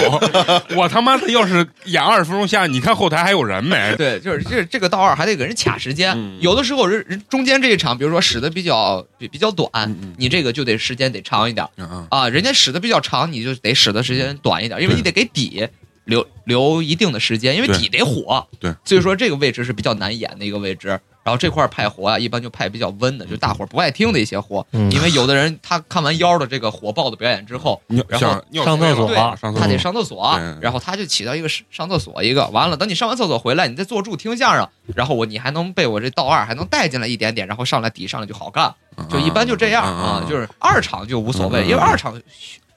Speaker 1: 我他妈的要是演二十分钟下，你看后台还有人没？
Speaker 7: 对，就是这这个到二还得给人卡时间，
Speaker 1: 哎嗯
Speaker 7: 有的时候人人中间这一场，比如说使的比较比比较短，
Speaker 1: 嗯
Speaker 7: 啊你这个就得时间得长一点
Speaker 1: 嗯嗯
Speaker 7: 啊，人家使的比较长，你就得使的时间短一点，因为
Speaker 1: 对
Speaker 7: 你得给底留留一定的时间，因为
Speaker 1: 对
Speaker 7: 底得火，
Speaker 1: 对，
Speaker 7: 所以说这个位置是比较难演的一个位置。然后这块儿派活啊，一般就派比较温的，就大伙儿不爱听的一些活，
Speaker 3: 嗯
Speaker 7: 因为有的人他看完妖的这个火爆的表演之后，
Speaker 1: 你
Speaker 7: 然后
Speaker 1: 想尿
Speaker 3: 上厕所
Speaker 1: 对上厕所
Speaker 7: 他得上厕所啊
Speaker 1: 对，
Speaker 7: 然后他就起到一个上上厕所一个，完了等你上完厕所回来，你再坐住听相声，然后我你还能被我这道二还能带进来一点点，然后上来底上来就好
Speaker 1: 啊
Speaker 7: 干，就一般就这样啊，就是是二场就无所谓，
Speaker 1: 嗯嗯嗯
Speaker 7: 因为二场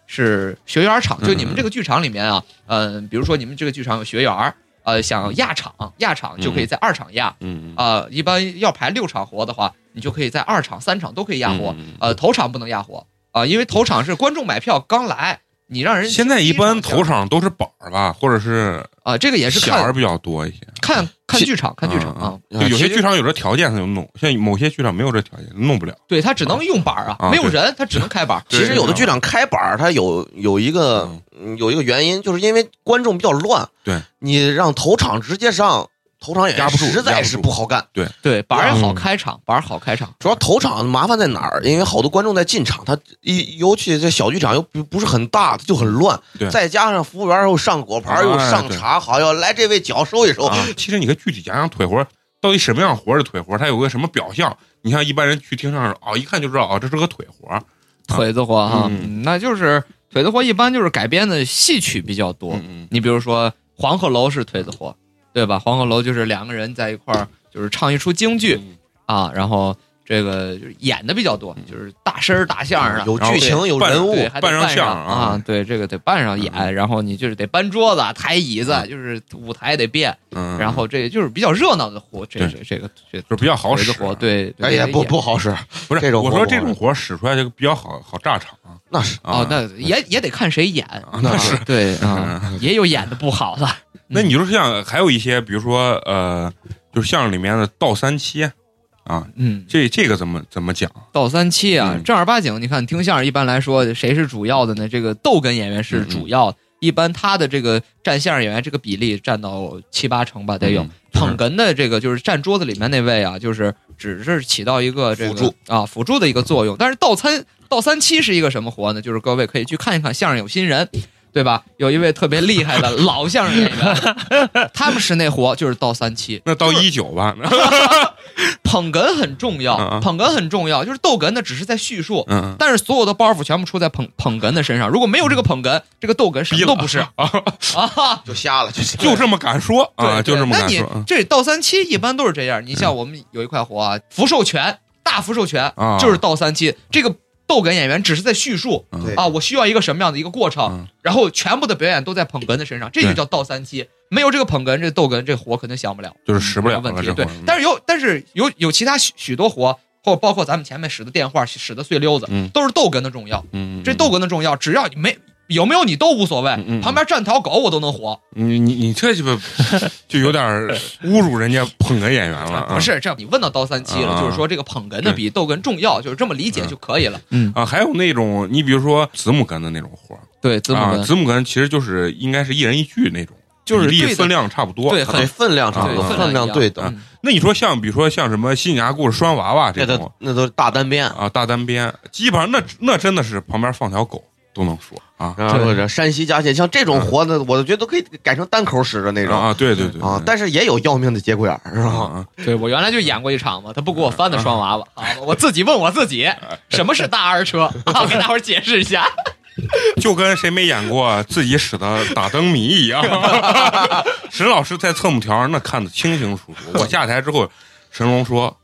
Speaker 7: 是学员场，
Speaker 1: 嗯
Speaker 7: 就你们这个剧场里面啊，嗯，比如说你们这个剧场有学员儿，呃，想压场，压场就可以在二场压，
Speaker 1: 嗯
Speaker 7: 啊，一般要排六场活的话，你就可以在二场、三场都可以压活，
Speaker 1: 嗯
Speaker 7: 呃，头场不能压活啊，因为头场是观众买票刚来。你让人
Speaker 1: 嗯现在一般
Speaker 7: 头场。
Speaker 1: 头场都是板儿吧，或者是
Speaker 7: 啊、这个也是
Speaker 1: 小孩
Speaker 7: 看啊
Speaker 1: 儿比较多一些。
Speaker 7: 看看
Speaker 10: 其
Speaker 7: 剧场，看剧场啊，
Speaker 1: 嗯，嗯就有些剧场有这条件他就弄，像某些剧场没有这条件弄不了。
Speaker 7: 对他只能用板儿啊，
Speaker 1: 啊
Speaker 7: 没有人他只能 开板儿。
Speaker 10: 其实有的剧场开板儿，它有有一个
Speaker 1: 嗯
Speaker 10: 嗯有一个原因，就是因为观众比较乱。
Speaker 1: 对，
Speaker 10: 你让头场直接上，头场也
Speaker 1: 压不住
Speaker 10: 实在是不嗯好干。
Speaker 7: 对，板儿也好
Speaker 3: 嗯
Speaker 7: 开场，板儿好开场。
Speaker 10: 主要头场麻烦在哪儿？因为好多观众在进场，他一尤其这小剧场又不不是很大，它就很乱
Speaker 1: 对。
Speaker 10: 再加上服务员又上果盘，
Speaker 1: 哎
Speaker 10: 又上茶，好要来这位脚收一收。
Speaker 1: 啊，其实你可以具体讲讲腿活儿到底什么样活儿是腿活儿，它有个什么表象。你像一般人去听相声，哦，一看就知道，哦，这是个腿活儿。
Speaker 7: 腿子活哈，
Speaker 1: 嗯
Speaker 7: 嗯那就是腿子活，一般就是改编的戏曲比较多。
Speaker 1: 嗯
Speaker 7: 你比如说《黄鹤楼》是腿子活，对吧？《黄鹤楼》就是两个人在一块儿，就是唱一出京剧
Speaker 1: 嗯，
Speaker 7: 啊，然后这个就是演的比较多，就是大声儿啊大相儿的，
Speaker 10: 啊有
Speaker 1: 然后
Speaker 10: 剧情，有
Speaker 1: 伴
Speaker 10: 人物，
Speaker 7: 对，还得
Speaker 1: 扮上
Speaker 7: 扮
Speaker 1: 相
Speaker 7: 上
Speaker 1: 啊嗯
Speaker 7: 啊，对，这个得扮上演，然后你就是得搬桌子、抬椅子，就是舞台得变，
Speaker 1: 嗯，
Speaker 7: 然后这就是比较热闹的活，这
Speaker 1: 对
Speaker 7: 这这个这
Speaker 1: 就是比较好
Speaker 7: 这
Speaker 1: 使啊
Speaker 7: 个。活，对，对
Speaker 10: 哎呀，不不好使，
Speaker 1: 不是
Speaker 10: 这种活
Speaker 1: 我
Speaker 10: 不
Speaker 1: 说
Speaker 10: 好
Speaker 1: 这种活儿使出来就比较好好炸场
Speaker 10: 那是
Speaker 1: 啊
Speaker 7: 哦，。那也也得看谁演，
Speaker 1: 那 嗯
Speaker 7: 是 对啊，也有演的不好的，
Speaker 1: 那你就是像还有一些，比如说呃，就是相声里面的倒三切啊，
Speaker 7: 嗯，
Speaker 1: 这这个怎么怎么讲？
Speaker 7: 倒三七啊
Speaker 1: 嗯，
Speaker 7: 正儿八经，你看听相声一般来说谁是主要的呢？这个逗哏演员是
Speaker 1: 嗯
Speaker 7: 主要的，一般他的这个占相声演员这个比例占到七八成吧，得有。
Speaker 1: 嗯
Speaker 7: 捧哏的这个就是站桌子里面那位啊，就是只是起到一个这个
Speaker 10: 辅助
Speaker 7: 啊辅助的一个作用。但是倒三倒三七是一个什么活呢？就是各位可以去看一看《相声有新人》，对吧？有一位特别 厉害的老相声演员，他们是那活就是倒三七。
Speaker 1: 那到一九吧，
Speaker 7: 捧哏很重
Speaker 1: 嗯
Speaker 7: 要，
Speaker 1: 嗯
Speaker 7: 捧哏很重要，就是逗哏的只是在叙述，
Speaker 1: 嗯，
Speaker 7: 但是所有的包袱全部出在捧捧哏的身上。如果没有这个捧哏，这个逗哏什么都不
Speaker 1: 哎
Speaker 7: 是啊。
Speaker 10: 就瞎了，就瞎 了
Speaker 1: 就这么敢说啊，
Speaker 7: 对
Speaker 1: 就
Speaker 7: 对
Speaker 1: 这么
Speaker 7: 那
Speaker 1: 敢
Speaker 7: 你
Speaker 1: 说嗯
Speaker 7: 这倒三七一般都是这样。你像我们有一块活啊，福寿全大福寿全
Speaker 1: 啊，
Speaker 7: 就是倒三七，这个逗哏演员只是在叙述
Speaker 1: 嗯
Speaker 10: 对
Speaker 7: 啊，我需要一个什么样的一个过
Speaker 1: 嗯
Speaker 7: 程，然后全部的表演都在捧哏的身上，这就
Speaker 1: 对
Speaker 7: 叫倒三七。没有这个捧哏，这逗哏这活肯定想不了，
Speaker 1: 就是使不了
Speaker 7: 没
Speaker 1: 了
Speaker 7: 有问
Speaker 1: 这
Speaker 7: 题。对
Speaker 1: 活儿，
Speaker 7: 但是有但是有有其他许许多活，或包括咱们前面使的电话、使的碎溜子
Speaker 1: 嗯，
Speaker 7: 都是逗哏的重要。
Speaker 1: 嗯，
Speaker 7: 这逗哏的重要，只要你没有没有你都无所谓
Speaker 1: 嗯嗯，嗯
Speaker 7: 旁边站条狗我都能活。
Speaker 1: 嗯你你你这鸡 巴就有点儿侮辱人家捧哏演员了啊，
Speaker 7: 不是这样，你问到刀三七
Speaker 1: 啊
Speaker 7: 了，就是说这个捧哏的比逗哏重要，就是这么理解就可以了。嗯，
Speaker 1: 啊？还有那种你比如说子母哏的那种活儿
Speaker 7: 对，字母
Speaker 1: 啊，
Speaker 7: 哏
Speaker 1: 子母哏其实就是应该是一人一句那种，
Speaker 7: 就是
Speaker 1: 比例
Speaker 7: 对的
Speaker 1: 分量差不多。
Speaker 7: 对
Speaker 10: 对
Speaker 7: 很
Speaker 10: 分量差不多，
Speaker 1: 对
Speaker 7: 分量
Speaker 10: 分量
Speaker 7: 一样
Speaker 10: 对等。
Speaker 7: 嗯
Speaker 1: 那你说像比如说像什么新娘故事拴娃娃这种
Speaker 10: 那都那都是大单边，
Speaker 1: 啊，大单边，基本上那那真的是旁边放条狗都能说啊
Speaker 10: 然后或者山西佳县，像这种活的，我觉得都可以改成单口使的那种
Speaker 1: 啊，对对对
Speaker 10: 啊。但是也有要命的节骨眼儿，是吧？
Speaker 1: 啊
Speaker 7: 对我原来就演过一场嘛，他不给我翻的双娃娃
Speaker 1: 嗯
Speaker 7: 啊，我自己问我自己 什么是大 二车啊，给大伙儿解释一下。
Speaker 1: 就跟谁没演过自己使的打灯谜一 样。沈老师在侧幕条上那看得清清楚 楚。我下台之后，神龙说：“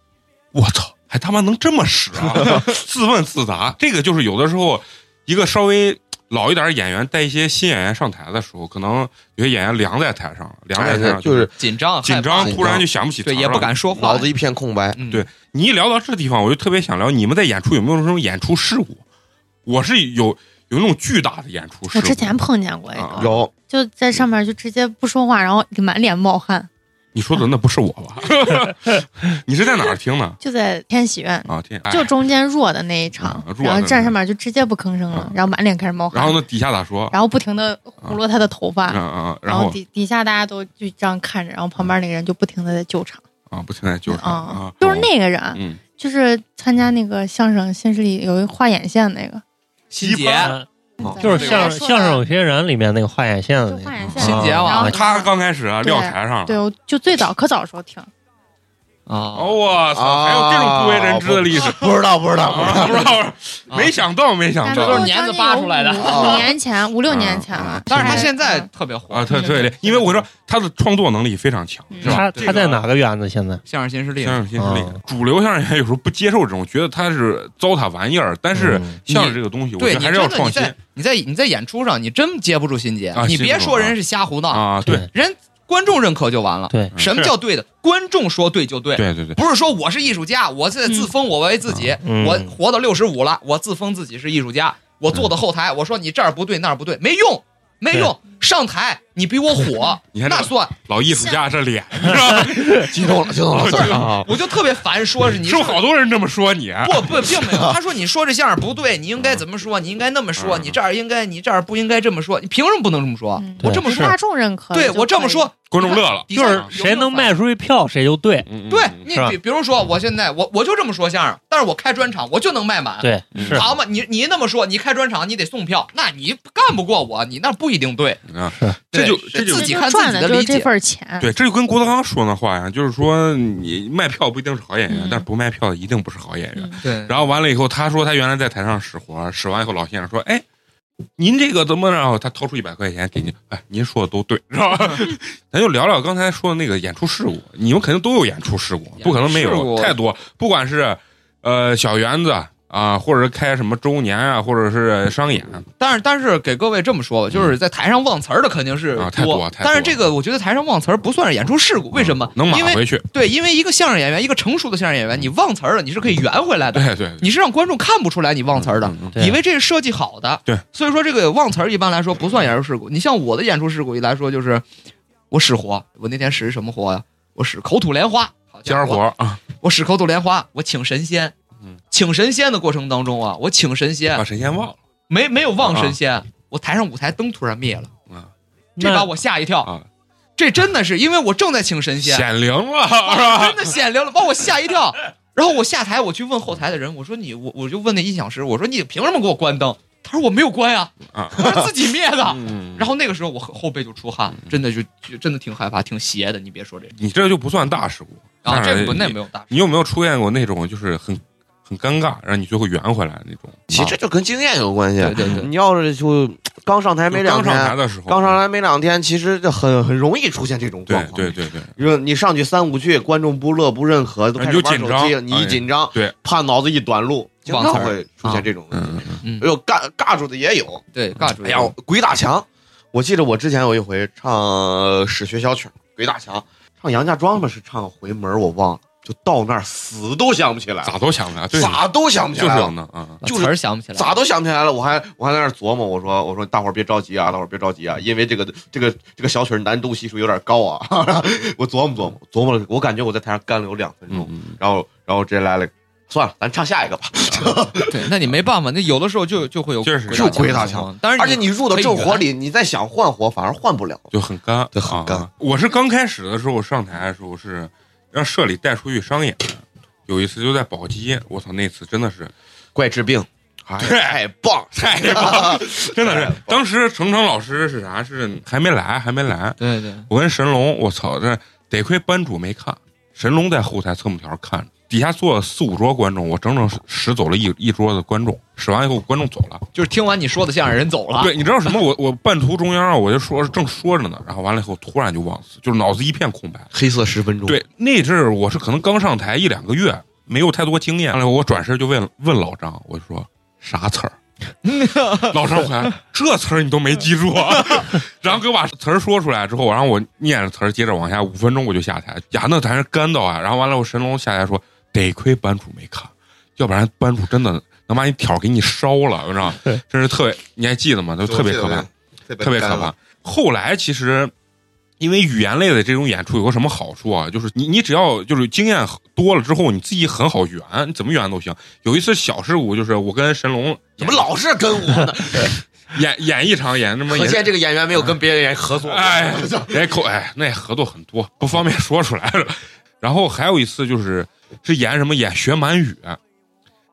Speaker 1: 我操，还他妈能这么使啊！” 自问自答，这个就是有的时候一个稍微老一点的演员带一些新演员上台的时候，可能有些演员凉在台上了，凉在台
Speaker 10: 哎
Speaker 1: 上
Speaker 10: 就是
Speaker 7: 紧张，
Speaker 1: 紧
Speaker 7: 害
Speaker 1: 张，
Speaker 10: 紧张
Speaker 1: 突然就想不起
Speaker 7: 怕
Speaker 1: 词儿
Speaker 7: 对，
Speaker 1: 了
Speaker 7: 也不。敢说话
Speaker 10: 脑。子一片空白。
Speaker 7: 嗯
Speaker 1: 对你一聊到这地方，我就特别想聊你们在演出有没有这种演出事故。我是有有那种巨大的演出事故。
Speaker 5: 我之前碰见过一
Speaker 1: 啊
Speaker 5: 个，
Speaker 10: 有
Speaker 5: 就在上面就直接不说话，然后满脸冒汗，
Speaker 1: 你说的那不是我吧？你是在哪儿听的？
Speaker 5: 就在天喜院，
Speaker 1: 啊，天，哎
Speaker 5: 就中间弱的那一场
Speaker 1: 啊，
Speaker 10: 嗯
Speaker 1: 弱的
Speaker 5: 然后站上面就直接不吭声
Speaker 1: 啊
Speaker 5: 了，然后满脸开始冒汗，
Speaker 1: 然后呢，底下咋说？
Speaker 5: 然后不停的胡落他的头
Speaker 1: 啊
Speaker 5: 发，
Speaker 10: 嗯
Speaker 1: 啊，然
Speaker 5: 然
Speaker 1: 后
Speaker 5: 底底下大家都就这样看着，然后旁边那个人就不停的在救场，
Speaker 1: 啊，不存在就是
Speaker 5: 啊
Speaker 1: 啊，
Speaker 5: 就是
Speaker 7: 哦
Speaker 5: 那个人，
Speaker 1: 嗯，
Speaker 5: 就是参加那个相声新势力有一画眼线那个，
Speaker 7: 新杰，
Speaker 3: 啊
Speaker 10: 哦
Speaker 3: 就是相
Speaker 5: 对我说的
Speaker 3: 相声有些人里面那个画眼线的
Speaker 5: 就
Speaker 3: 那
Speaker 5: 画
Speaker 3: 个
Speaker 5: 眼线，
Speaker 7: 新杰
Speaker 5: 然
Speaker 7: 啊
Speaker 5: 后
Speaker 1: 他刚开始啊撂台上
Speaker 5: 对，
Speaker 1: 了。
Speaker 5: 我就最早可早的时候听，
Speaker 1: 哦，
Speaker 3: 啊，
Speaker 1: 我操！还有这种不为人知的历史，
Speaker 10: 不知道，不知道，不知道。
Speaker 1: 啊 不知道，没想到，没想
Speaker 5: 但
Speaker 1: 到
Speaker 7: 嗯都是年子扒出来的哦
Speaker 5: 五年前五六年前了，
Speaker 7: 但是他现在特别火
Speaker 1: 啊！特特别厉害，因为我说他的创作能力非常
Speaker 5: 嗯
Speaker 1: 强，是吧？
Speaker 3: 他
Speaker 1: 这
Speaker 3: 他
Speaker 1: 个
Speaker 3: 在哪个园子现在？
Speaker 7: 相声新势力
Speaker 1: 相，声新势力
Speaker 3: 哦，
Speaker 1: 主流相声演员有时候不接受这种，觉得他是糟蹋玩意儿。但是
Speaker 3: 嗯
Speaker 1: 相声这个东西，我觉
Speaker 7: 对
Speaker 1: 得
Speaker 7: 你
Speaker 1: 还
Speaker 7: 真
Speaker 1: 是要
Speaker 7: 的
Speaker 1: 创
Speaker 7: 你
Speaker 1: 新
Speaker 7: 在你在你在演出上，你真接不住新杰
Speaker 1: 啊，
Speaker 7: 你
Speaker 1: 接不
Speaker 7: 别
Speaker 1: 住
Speaker 7: 说
Speaker 1: 啊
Speaker 7: 人是瞎胡闹，
Speaker 1: 啊！对
Speaker 7: 人观众认可就完了。
Speaker 3: 对
Speaker 1: 嗯
Speaker 7: 什么
Speaker 3: 是
Speaker 7: 叫对的？观众说对就对，
Speaker 1: 对对 对，，
Speaker 7: 不是说我是艺术家，我现在自封我为自己，
Speaker 3: 嗯
Speaker 7: 我活到六十五了，我自封自己是艺术家，我坐到后台，我说你这儿不对那儿不对，没用，没用，上台你 比我火
Speaker 1: 你看这
Speaker 7: 那算，
Speaker 1: 老艺术家这脸，
Speaker 10: 激动了，激动了，sorry 啊！
Speaker 7: 我就特别烦，说是你
Speaker 1: 是不是好多人这么说你？啊
Speaker 7: 不不，并没有。他说你说这相声不对，你应该怎么说？你应该那么说，
Speaker 1: 嗯
Speaker 7: 你这儿应该，你这儿不应该这么说。你凭什么不能这么说？
Speaker 5: 嗯
Speaker 3: 我这
Speaker 7: 么
Speaker 5: 就是
Speaker 7: 说
Speaker 5: 大众认可的就
Speaker 7: 对
Speaker 5: 可以，
Speaker 7: 我这么说，
Speaker 1: 观众乐了，
Speaker 7: 底
Speaker 3: 就
Speaker 7: 下有
Speaker 3: 是
Speaker 7: 没
Speaker 3: 谁
Speaker 7: 有
Speaker 3: 能
Speaker 7: 反应
Speaker 3: 卖出去票谁就对。
Speaker 1: 嗯嗯
Speaker 7: 对
Speaker 1: 嗯
Speaker 7: 你
Speaker 3: 是吧
Speaker 7: 比比如说，我现在我我就这么说相声，但是我开专场我就能卖满。
Speaker 3: 对，
Speaker 1: 嗯
Speaker 3: 是
Speaker 7: 好嘛，你你那么说，你开专场你得送票，那你干不过我，你那不一定对。
Speaker 1: 啊
Speaker 3: 是，
Speaker 1: 这就
Speaker 7: 对
Speaker 1: 这就
Speaker 7: 自
Speaker 5: 自
Speaker 7: 己
Speaker 5: 己
Speaker 7: 看自己
Speaker 5: 赚
Speaker 7: 的
Speaker 5: 的就
Speaker 7: 理
Speaker 5: 是
Speaker 7: 解
Speaker 5: 这份钱，
Speaker 1: 对，这就跟郭德纲说那话一样，就是说你卖票不一定是好演员，
Speaker 5: 嗯
Speaker 1: 但不卖票的一定不是好演员。
Speaker 7: 对
Speaker 1: 然后完了以后，他说他原来在台上使活，使完以后，老先生说：“哎，您这个怎么着？”然后他掏出一百块钱给您，哎，您说的都对，知道吧？ 咱就聊聊刚才说的那个演出事故，你们肯定都有演出事故，不可能没
Speaker 7: 演出事
Speaker 1: 有，
Speaker 7: 故
Speaker 1: 太多，不管是呃小园子啊，或者是开什么周年啊，或者是商演，啊
Speaker 7: 但是但是给各位这么说吧，就是在台上忘词儿的肯定是
Speaker 1: 嗯啊太多太多嗯
Speaker 7: 但是这个我觉得台上忘词儿不算是演出事故，为什么？
Speaker 1: 能
Speaker 7: 因
Speaker 1: 买
Speaker 7: 为
Speaker 1: 回去？
Speaker 7: 对，因为一个相声演员，一个成熟的相声演员，你忘词儿了，你是可以圆回来的，
Speaker 1: 对对，
Speaker 7: 你是让观众看不出来你嗯忘词儿的。
Speaker 1: 嗯嗯
Speaker 3: 对
Speaker 7: 以为这是设计好的，
Speaker 1: 对，
Speaker 7: 所以说这个忘词儿一般来说不算演出事故。你像我的演出事故一来说，就是我使活，我那天使什么活呀、我使口吐莲花，好
Speaker 1: 尖
Speaker 7: 家
Speaker 1: 儿
Speaker 7: 伙
Speaker 1: 活儿啊，
Speaker 7: 我使口吐莲花，我请神仙
Speaker 1: 嗯，
Speaker 7: 请神仙的过程当中啊，我请神仙
Speaker 1: 把，神仙忘了
Speaker 7: 没没有忘神
Speaker 1: 啊
Speaker 7: 仙，我台上舞台灯突然灭了，这把
Speaker 3: 那
Speaker 7: 我吓一跳，
Speaker 1: 嗯啊，
Speaker 7: 这真的是因为我正在请神仙，
Speaker 1: 显灵了是吧？
Speaker 7: 真的显灵了，把我吓一跳。然后我下台，我去问后台的人，我说你，我我就问那音响师，我说你凭什么给我关灯？他说我没有关呀、
Speaker 1: 啊
Speaker 7: 我说自己灭的。
Speaker 1: 嗯
Speaker 7: 然后那个时候我后后背就出汗，真的就就真的挺害怕，挺邪的。你别说这个
Speaker 1: 你这就不算大事故
Speaker 7: 啊，
Speaker 1: 当然
Speaker 7: 这不那
Speaker 1: 也
Speaker 7: 没有大事。
Speaker 1: 你有没有出现过那种就是很很尴尬，让你最后圆回来的那种？
Speaker 10: 其实这就跟经验有关系。
Speaker 7: 对对对，
Speaker 10: 你要是就刚上台没
Speaker 1: 就
Speaker 10: 两
Speaker 1: 刚上台
Speaker 10: 天，
Speaker 1: 的时候，
Speaker 10: 刚上台没两天，其实就很很容易出现这种状
Speaker 1: 对
Speaker 10: 况。
Speaker 1: 对对对，
Speaker 10: 你说你上去三五句，观众不乐不认可，都开始玩手
Speaker 1: 你就紧
Speaker 10: 机了，
Speaker 1: 张哎
Speaker 10: 你一紧张，
Speaker 1: 对，
Speaker 10: 怕脑子一短路，经
Speaker 7: 忘
Speaker 10: 常
Speaker 7: 词儿
Speaker 10: 会出现这种问题。
Speaker 1: 嗯，
Speaker 7: 嗯
Speaker 10: 哎，呦，尬尬住的也有，
Speaker 7: 对，尬住。
Speaker 10: 哎呀，鬼打墙！我记得我之前有一回唱呃使学校曲《鬼打墙》，唱杨家庄吧，是唱回门，我忘了，就到那儿死都想不起来了，
Speaker 1: 咋都想不起 来，对，
Speaker 10: 咋都想不起
Speaker 1: 就是
Speaker 10: 来
Speaker 1: 有
Speaker 10: 了，
Speaker 1: 呢啊，
Speaker 7: 把
Speaker 10: 就是
Speaker 7: 词儿想不起来，
Speaker 10: 咋都想不起来了。我还我还在那儿琢磨，我说我说大伙儿别着急啊，大伙儿别着急啊，因为这个这个这个小曲儿难度系数有点高啊。 我琢磨琢磨琢磨了，我感觉我在台上干了有两分钟，
Speaker 1: 嗯，
Speaker 10: 然后然后直接来了，算了，咱唱下一个吧。
Speaker 7: 对，那你没办法，那有的时候就就会有
Speaker 1: 就是
Speaker 7: 鬼打
Speaker 10: 就鬼打
Speaker 7: 的情况，但是
Speaker 10: 而且你入到
Speaker 7: 可以
Speaker 10: 正活
Speaker 7: 圆
Speaker 10: 里，你再想换活，反而换不了。
Speaker 1: 就很干，
Speaker 10: 对很干
Speaker 1: 啊。我是刚开始的时候上台的时候是让社里带出去商演，有一次就在宝鸡，我操，那次真的是
Speaker 10: 怪治病， 太棒！
Speaker 1: 太棒了， 真的是。当时程程老师是啥？是还没来，还没来。
Speaker 7: 对对，
Speaker 1: 我跟神龙，我操，这得亏班主没看，神龙在后台侧幕条看着，底下坐了四五桌观众，我整整使走了一一桌子观众，使完以后观众走了。
Speaker 7: 就是听完你说的相声，人走
Speaker 10: 啊
Speaker 7: 了。
Speaker 1: 对，你知道什么？我我半途中央我就说正说着呢，然后完了以后突然就忘词，就是脑子一片空白。
Speaker 10: 黑色十分钟，
Speaker 1: 对，那阵儿我是可能刚上台一两个月，没有太多经验。完了以后我转身就问问老张，我就说啥词儿？ 老张回来，这词儿你都没记住、啊，然后给我把词儿说出来之后，然后我念着词儿，接着往下，五分钟我就下台，呀，那咱是干到啊！然后完了，我神龙下台说，得亏班主没看，要不然班主真的能把你挑给你烧了，你知道吗？真是特别，你还记得吗？都特别可怕，，特别可
Speaker 6: 干
Speaker 1: 怕
Speaker 6: 了。。
Speaker 1: 后来其实，因为语言类的这种演出有个什么好处啊？就是你你只要就是经验多了之后，你自己很好圆，你怎么圆都行。有一次小事故就是我跟神龙
Speaker 10: 怎么老是跟我呢？
Speaker 1: 演演一场 演那么
Speaker 10: 可
Speaker 1: 演
Speaker 10: 见这个演员没有跟别人合作过。
Speaker 1: 哎，人口哎，那合作很多，不方便说出来了。然后还有一次就是是演什么演学满语，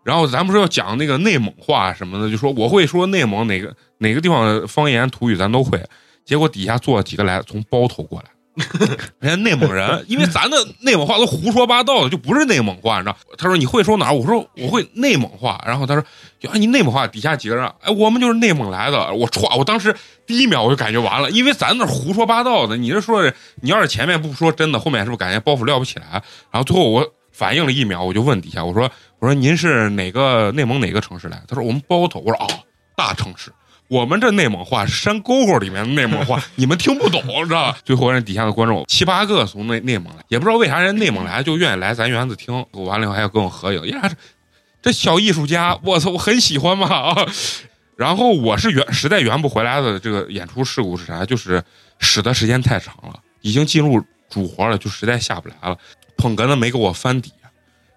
Speaker 1: 然后咱不是要讲那个内蒙话什么的，就说我会说内蒙哪个哪个地方的方言土语咱都会。结果底下坐了几个来从包头过来。 人家内蒙人，因为咱的内蒙话都胡说八道的，就不是内蒙话，你知道？他说你会说哪儿？我说我会内蒙话。然后他说，哎，你内蒙话？底下几个人啊，哎，我们就是内蒙来的。我歘，我当时第一秒我就感觉完了，因为咱那儿胡说八道的，你这说的，你要是前面不说真的，后面是不是感觉包袱撂不起来？啊然后最后我反应了一秒，我就问底下我说我说您是哪个内蒙哪个城市来的？他说我们包头。我说哦，大城市。我们这内蒙话是山沟沟里面的内蒙话， 你们听不懂，知道吧？最后人底下的观众七八个从内内蒙来，也不知道为啥人内蒙来就愿意来咱园子听，完了以后还要跟我合影，哎呀，这这小艺术家，我操，我很喜欢嘛啊！然后我是圆实在圆不回来的这个演出事故是啥？就是使的时间太长了，已经进入主活了，就实在下不来了。捧哏的没给我翻底，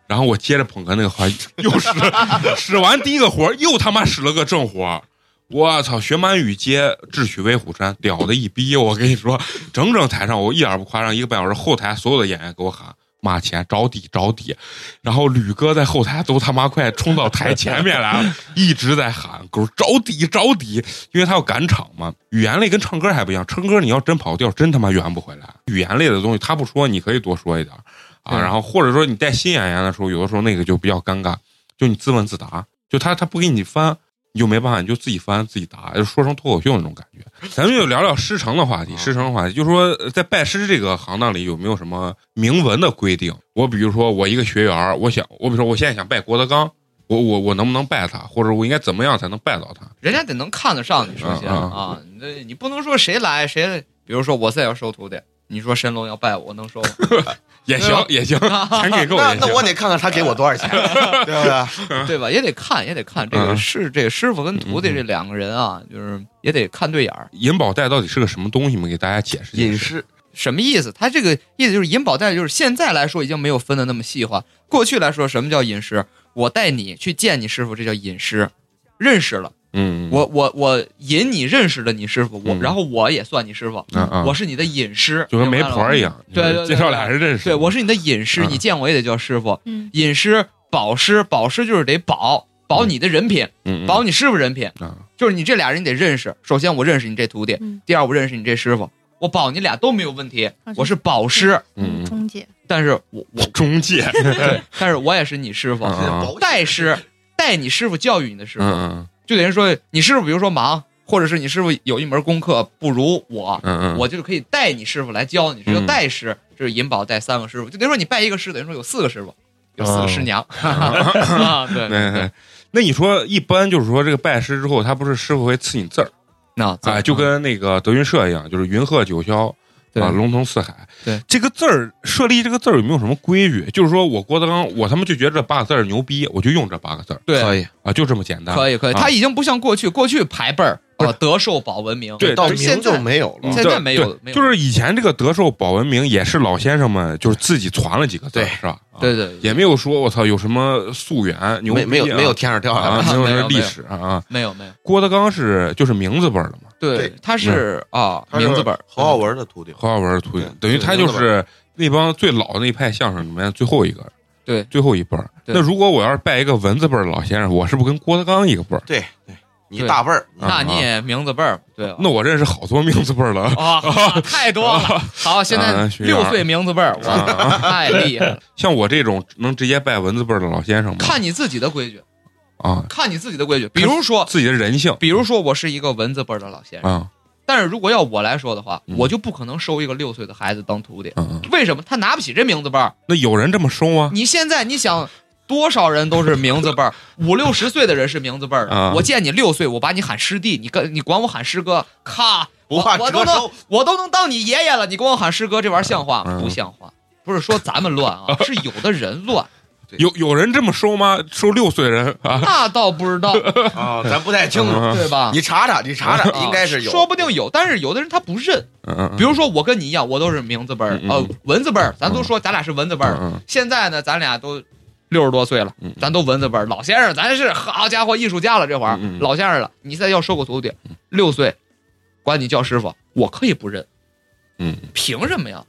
Speaker 1: 然后我接着捧哏那个活，又使 使完第一个活，又他妈使了个正活。我操！学满语接智取威虎山，屌的一逼！我跟你说，整整台上我一点儿不夸张，一个半小时，后台所有的演员给我喊马前着底着底，然后吕哥在后台都他妈快冲到台前面来了， 一直在喊“狗着底着底”，因为他要赶场嘛。语言类跟唱歌还不一样，唱歌你要真跑调，真他妈圆不回来。语言类的东西他不说，你可以多说一点儿啊。
Speaker 10: 对
Speaker 1: 然后或者说你带新演员的时候，有的时候那个就比较尴尬，就你自问自答，就他他不给你翻。你就没办法，你就自己翻自己答，就说成脱口秀那种感觉。咱们就聊聊师承的话题。
Speaker 10: 啊
Speaker 1: 师承的话题，就说呃在拜师这个行当里有没有什么明文的规定？我比如说，我一个学员儿，我想，我比如说，我现在想拜郭德纲，我我我能不能拜他，或者我应该怎么样才能拜到他？
Speaker 7: 人家得能看得上你，首先
Speaker 1: 嗯嗯
Speaker 7: 啊，你这你不能说谁来谁，比如说我再要收徒弟，你说神龙要拜我，能收 吗？
Speaker 1: 也行
Speaker 7: 对吧，
Speaker 1: 也行，钱给够
Speaker 10: 那
Speaker 1: 也
Speaker 10: 那
Speaker 1: 行
Speaker 10: 我。得看看他给我多少钱，对不对？
Speaker 7: 对吧？也得看，也得看这
Speaker 1: 嗯
Speaker 7: 个是这个师傅跟徒弟
Speaker 1: 嗯嗯
Speaker 7: 这两个人啊，就是也得看对眼儿。
Speaker 1: 银宝带到底是个什么东西吗？给大家解释解释。
Speaker 10: 隐士
Speaker 7: 什么意思？他这个意思就是银保带，就是现在来说已经没有分的那么细化。过去来说，什么叫隐师？我带你去见你师傅，这叫隐师。认识了，
Speaker 1: 嗯，嗯
Speaker 7: 我我我引你认识了你师傅，我、
Speaker 1: 嗯
Speaker 7: 然后我也算你师傅，
Speaker 1: 嗯嗯
Speaker 7: 我是你的隐师，
Speaker 1: 就跟媒
Speaker 7: 明白了
Speaker 1: 婆
Speaker 7: 吗
Speaker 1: 儿一。样，
Speaker 7: 对对对
Speaker 1: 介绍俩人认识。
Speaker 7: 对，我是你的隐师，
Speaker 1: 嗯
Speaker 7: 你见我也得叫师傅。
Speaker 5: 嗯
Speaker 7: 隐师、保师，保师就是得保保你的人品，
Speaker 1: 嗯嗯
Speaker 7: 保你师傅人品，
Speaker 1: 嗯
Speaker 7: 就是你这俩人你得认识。首先我认识你这徒弟，
Speaker 5: 嗯
Speaker 7: 第二我认识你这师傅，我保你俩都没有问题。
Speaker 5: 啊是
Speaker 7: 我是保师，
Speaker 1: 嗯嗯
Speaker 5: 中介
Speaker 7: 但是我我
Speaker 1: 中 介，
Speaker 7: 但是我也是你师傅，
Speaker 1: 嗯啊
Speaker 7: 代师代你师傅教育你的师傅，
Speaker 1: 嗯嗯
Speaker 7: 就等于说你师傅比如说忙，或者是你师傅有一门功课不如我，
Speaker 1: 嗯嗯，
Speaker 7: 我就是可以代你师傅来教你，这叫
Speaker 1: 嗯
Speaker 7: 代师。这是银宝带三个师傅，就等于说你拜一个师，等于说有四个师傅，有
Speaker 1: 哦
Speaker 7: 四个 师娘。 啊，对对对
Speaker 1: 那，哎那你说一般就是说这个拜师之后，他不是师傅会赐你字儿
Speaker 7: 那
Speaker 1: 啊，就跟那个德云社一样，就是云鹤九霄
Speaker 7: 嗯对
Speaker 1: 啊，龙腾四海。
Speaker 7: 对
Speaker 1: 这个字儿设立这个字儿有没有什么规矩？就是说我郭德纲，我他妈就觉得这八个字儿牛逼，我就用这八个字儿
Speaker 7: 对，
Speaker 10: 以，
Speaker 1: 啊，就这么简单。
Speaker 7: 可以可以，
Speaker 1: 啊
Speaker 7: 他已经不像过去，过去排辈儿啊，德寿保文明，
Speaker 1: 对
Speaker 10: 到
Speaker 7: 但是
Speaker 10: 名
Speaker 7: 现
Speaker 10: 就
Speaker 7: 在
Speaker 10: 没有了。
Speaker 7: 现在没有
Speaker 1: 对
Speaker 7: 没有，
Speaker 1: 就是以前这个德寿保文明也是老先生们就是自己传了几个字儿，
Speaker 10: 对
Speaker 1: 是吧？啊
Speaker 7: 对对对
Speaker 1: 也没有说我操有什么溯源牛逼
Speaker 10: 没
Speaker 1: 啊
Speaker 10: 没有没有天上掉下来
Speaker 1: 啊，
Speaker 10: 的，
Speaker 1: 没有
Speaker 7: 没
Speaker 1: 什么
Speaker 7: 有
Speaker 1: 历
Speaker 7: 没有
Speaker 1: 史啊啊。
Speaker 7: 没有没有，
Speaker 1: 郭德纲是就是名字辈儿的嘛。
Speaker 7: 对
Speaker 6: 对，
Speaker 7: 他是
Speaker 1: 嗯
Speaker 7: 啊
Speaker 6: 他是
Speaker 7: 名字本儿
Speaker 6: 侯耀文的徒弟，
Speaker 1: 侯耀文徒弟
Speaker 6: 对，
Speaker 1: 等于他
Speaker 6: 对
Speaker 1: 就
Speaker 6: 名字辈
Speaker 1: 是那帮最老的那一派相声里面最后一个，
Speaker 7: 对
Speaker 1: 最后一辈儿。
Speaker 7: 对
Speaker 1: 那如果我要是拜一个文字辈儿的老先生，我是不是跟郭德纲一个辈儿？
Speaker 6: 对对，你
Speaker 7: 对
Speaker 6: 大辈儿，
Speaker 1: 啊
Speaker 7: 那你也名字辈儿，对吧？
Speaker 1: 那我认识好多名字辈儿了。
Speaker 7: 啊，太多了。好，现在
Speaker 1: 啊学员
Speaker 7: 六岁名字辈儿，
Speaker 1: 啊
Speaker 7: 哇，太厉害了！
Speaker 1: 像我这种能直接拜文字辈儿的老先生吗？
Speaker 7: 看你自己的规矩，
Speaker 1: 啊，
Speaker 7: 看你自己的规矩。比如说，
Speaker 1: 自己的人性，
Speaker 7: 比如说我是一个文字辈儿的老先生，
Speaker 1: 啊，
Speaker 7: 但是如果要我来说的话，
Speaker 1: 嗯
Speaker 7: 我就不可能收一个六岁的孩子当徒弟。
Speaker 1: 嗯嗯，
Speaker 7: 为什么？他拿不起这名字辈儿。
Speaker 1: 那有人这么收吗？
Speaker 7: 你现在你想。多少人都是名字 辈儿，五六十岁的人是名字辈儿
Speaker 1: 啊
Speaker 7: 的。我见你六岁，我把你喊师弟，你跟你管我喊师哥， 咔，
Speaker 6: 不怕
Speaker 7: 我
Speaker 6: 折
Speaker 7: 我都能
Speaker 6: 寿。
Speaker 7: 我都能当你爷
Speaker 1: 啊
Speaker 7: 爷了，你管我喊师哥，这玩意儿像话吗？
Speaker 1: 嗯
Speaker 7: 不像话。不是说咱们乱啊，是有的人乱。
Speaker 6: 对
Speaker 1: 有有人这么收吗？收六岁人啊？
Speaker 7: 那倒不知道，
Speaker 6: 啊，咱不太清楚。
Speaker 7: 对
Speaker 10: 啊
Speaker 7: 吧？啊
Speaker 6: 你查查，你查查，应该是有，
Speaker 7: 说不定有，但是有的人他不认。
Speaker 1: 嗯嗯，
Speaker 7: 比如说我跟你一样，我都是名字辈儿
Speaker 1: 嗯，嗯
Speaker 7: 呃，文字辈儿，咱都说咱俩是文字辈儿。
Speaker 1: 嗯
Speaker 7: 现在呢，咱俩都六十多岁了
Speaker 1: 嗯，
Speaker 7: 咱都文字辈儿。老先生，咱是好家伙，艺术家了，这会儿
Speaker 1: 嗯嗯
Speaker 7: 老先生了。你再要收个徒弟，六岁，管你叫师傅，我可以不认。
Speaker 1: 嗯，哎
Speaker 7: 凭什么呀？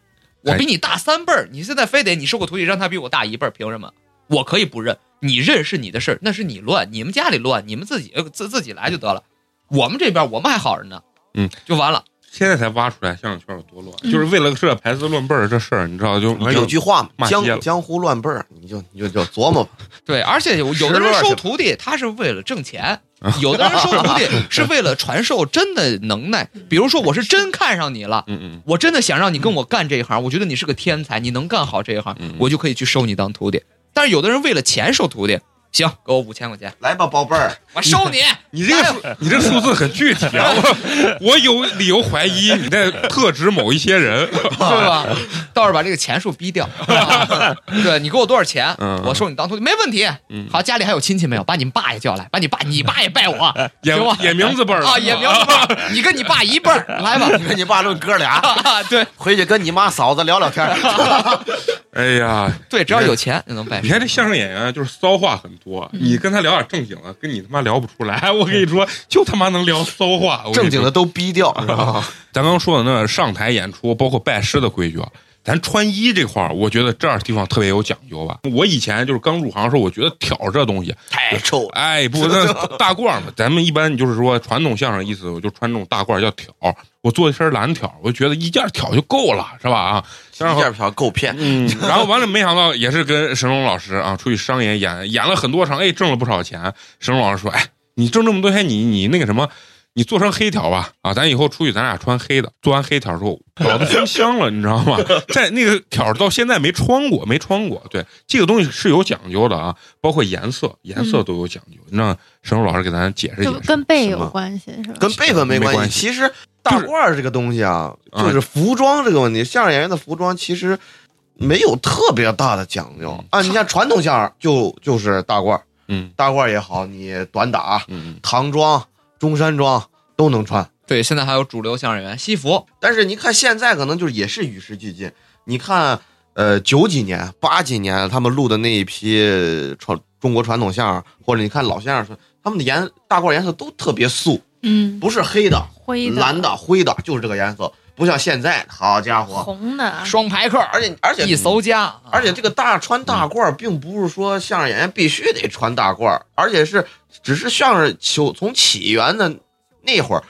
Speaker 7: 我比你大三辈儿，你现在非得你收个徒弟让他比我大一辈儿，凭什么？我可以不认，你认是你的事儿，那是你乱，你们家里乱，你们自己呃自自己来就得了。我们这边我们还好着呢，
Speaker 1: 嗯，
Speaker 7: 就完了。
Speaker 1: 现在才挖出来相声圈有多乱，就是为了个这排字论辈儿这事儿，你知哎道就
Speaker 10: 反正有句话嘛，
Speaker 1: 骂街了
Speaker 10: 江江湖乱辈儿，你就你就就琢磨吧。
Speaker 7: 对，而且有有的人
Speaker 10: 十乐去
Speaker 7: 收
Speaker 10: 了
Speaker 7: 徒弟，他是为了挣钱；
Speaker 1: 啊
Speaker 7: 有的人收徒弟是为了传授真的能耐。比如说，我是真看上你了，
Speaker 1: 嗯嗯
Speaker 7: 我真的想让你跟我干这一行，我觉得你是个天才，你能干好这一行
Speaker 1: 嗯嗯，
Speaker 7: 我就可以去收你当徒弟。但是有的人为了钱收徒弟，行，给我五千块钱，
Speaker 6: 来吧，宝贝儿，
Speaker 7: 我收你。
Speaker 1: 你
Speaker 7: 哎
Speaker 1: 这个数，你这数字很具体啊！我我有理由怀疑你在特指某一些人。
Speaker 7: 是吧？倒是把这个钱数逼 掉。啊对你给我多少钱
Speaker 1: 嗯，
Speaker 7: 我收你当徒弟，没问题。
Speaker 1: 嗯，
Speaker 7: 好，家里还有亲戚没有？把你们爸也叫来，把你爸，你爸也拜我
Speaker 1: 也
Speaker 7: 行吧
Speaker 1: 也名字辈儿了
Speaker 7: 啊，也 名字辈儿，你跟你爸一辈儿，来 吧。
Speaker 10: 跟你爸论哥俩，
Speaker 7: 啊，对
Speaker 10: 回去跟你妈嫂子聊聊 天儿。
Speaker 1: 哎呀，
Speaker 7: 对，只要有钱就能拜
Speaker 1: 你。看这相声演员啊就是骚话很多，
Speaker 7: 嗯
Speaker 1: 你跟他聊点正经的，跟你他妈聊不出来。我跟你说，就他妈能聊骚话。我跟你说
Speaker 10: 正经的，都逼 掉，知道吗？
Speaker 1: 咱刚说的那上台演出，包括拜师的规矩啊。咱穿衣这块儿，我觉得这儿地方特别有讲究吧。我以前就是刚入行的时候，我觉得挑这东西
Speaker 10: 太臭了。
Speaker 1: 哎，不，那大褂儿嘛，咱们一般就是说传统相声意思，我就穿这种大褂儿叫挑儿，我做一身蓝挑儿，我就觉得一件儿挑就够了，是吧？啊，
Speaker 10: 一件票够骗，
Speaker 1: 嗯， 然后完了，没想到也是跟神龙老师啊出去商演演演了很多场，哎，挣了不少钱。神龙老师说，哎，你挣这么多钱，你你那个什么。你做成黑条吧，啊，咱以后出去咱俩穿黑的。做完黑条之 后，老子封箱了，你知道吗？在那个条到现在没穿过，没穿过。对，这个东西是有讲究的啊，包括颜色，颜色都有讲究。让神龙老师给咱解释解
Speaker 5: 嗯就
Speaker 1: 释，
Speaker 5: 跟背
Speaker 1: 什
Speaker 5: 有
Speaker 1: 么
Speaker 5: 关系是吧？
Speaker 10: 跟辈分没
Speaker 1: 没
Speaker 10: 关
Speaker 1: 关
Speaker 10: 系。
Speaker 1: 系
Speaker 10: 其实大褂儿这个东西啊，
Speaker 1: 嗯
Speaker 10: 就是服装这个问题，相声演员的服装其实没有特别大的讲究
Speaker 1: 嗯
Speaker 10: 啊。你像传统相声就就是大褂儿，
Speaker 1: 嗯
Speaker 10: 大褂儿也好，你短打、
Speaker 1: 嗯
Speaker 10: 唐装、中山装都能穿。
Speaker 7: 对，现在还有主流相声演员西服，
Speaker 10: 但是你看现在可能就是也是与时俱进，你看呃九几年、八几年他们录的那一批呃传中国传统相声，或者你看老相声说他们的颜大褂颜色都特别素，
Speaker 5: 嗯，
Speaker 10: 不是黑的、
Speaker 5: 灰的、
Speaker 10: 蓝的、灰的，就是这个颜色，不像现在，好家伙！
Speaker 5: 红的，
Speaker 7: 啊双排扣，
Speaker 10: 而且而且
Speaker 7: 一搜家，
Speaker 10: 而且这个大穿大褂，并不是说相声演员必须得穿大褂，而且是只是相声求从起源的那会儿，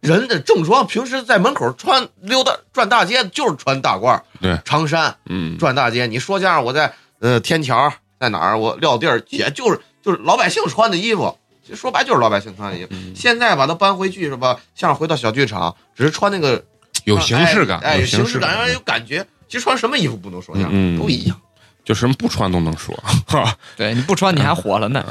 Speaker 10: 人的正装平时在门口穿溜达转大街就是穿大褂，
Speaker 1: 对，
Speaker 10: 长衫
Speaker 1: 嗯，
Speaker 10: 转大街。你说相声，我在呃天桥在哪儿，我撂地儿，也就是就是老百姓穿的衣服，就说白就是老百姓穿的衣服。
Speaker 1: 嗯
Speaker 10: 现在把它搬回去是吧？相声回到小剧场，只是穿那个
Speaker 1: 有形式感，嗯
Speaker 10: 哎，哎
Speaker 1: 有
Speaker 10: 有形
Speaker 1: 式
Speaker 10: 式感让人有感觉。其实穿什么衣服不能说相
Speaker 1: 嗯
Speaker 10: 声，
Speaker 1: 嗯
Speaker 10: 都一样。
Speaker 1: 就什么不穿都能说，哈。
Speaker 7: 对，你不穿你还火了呢。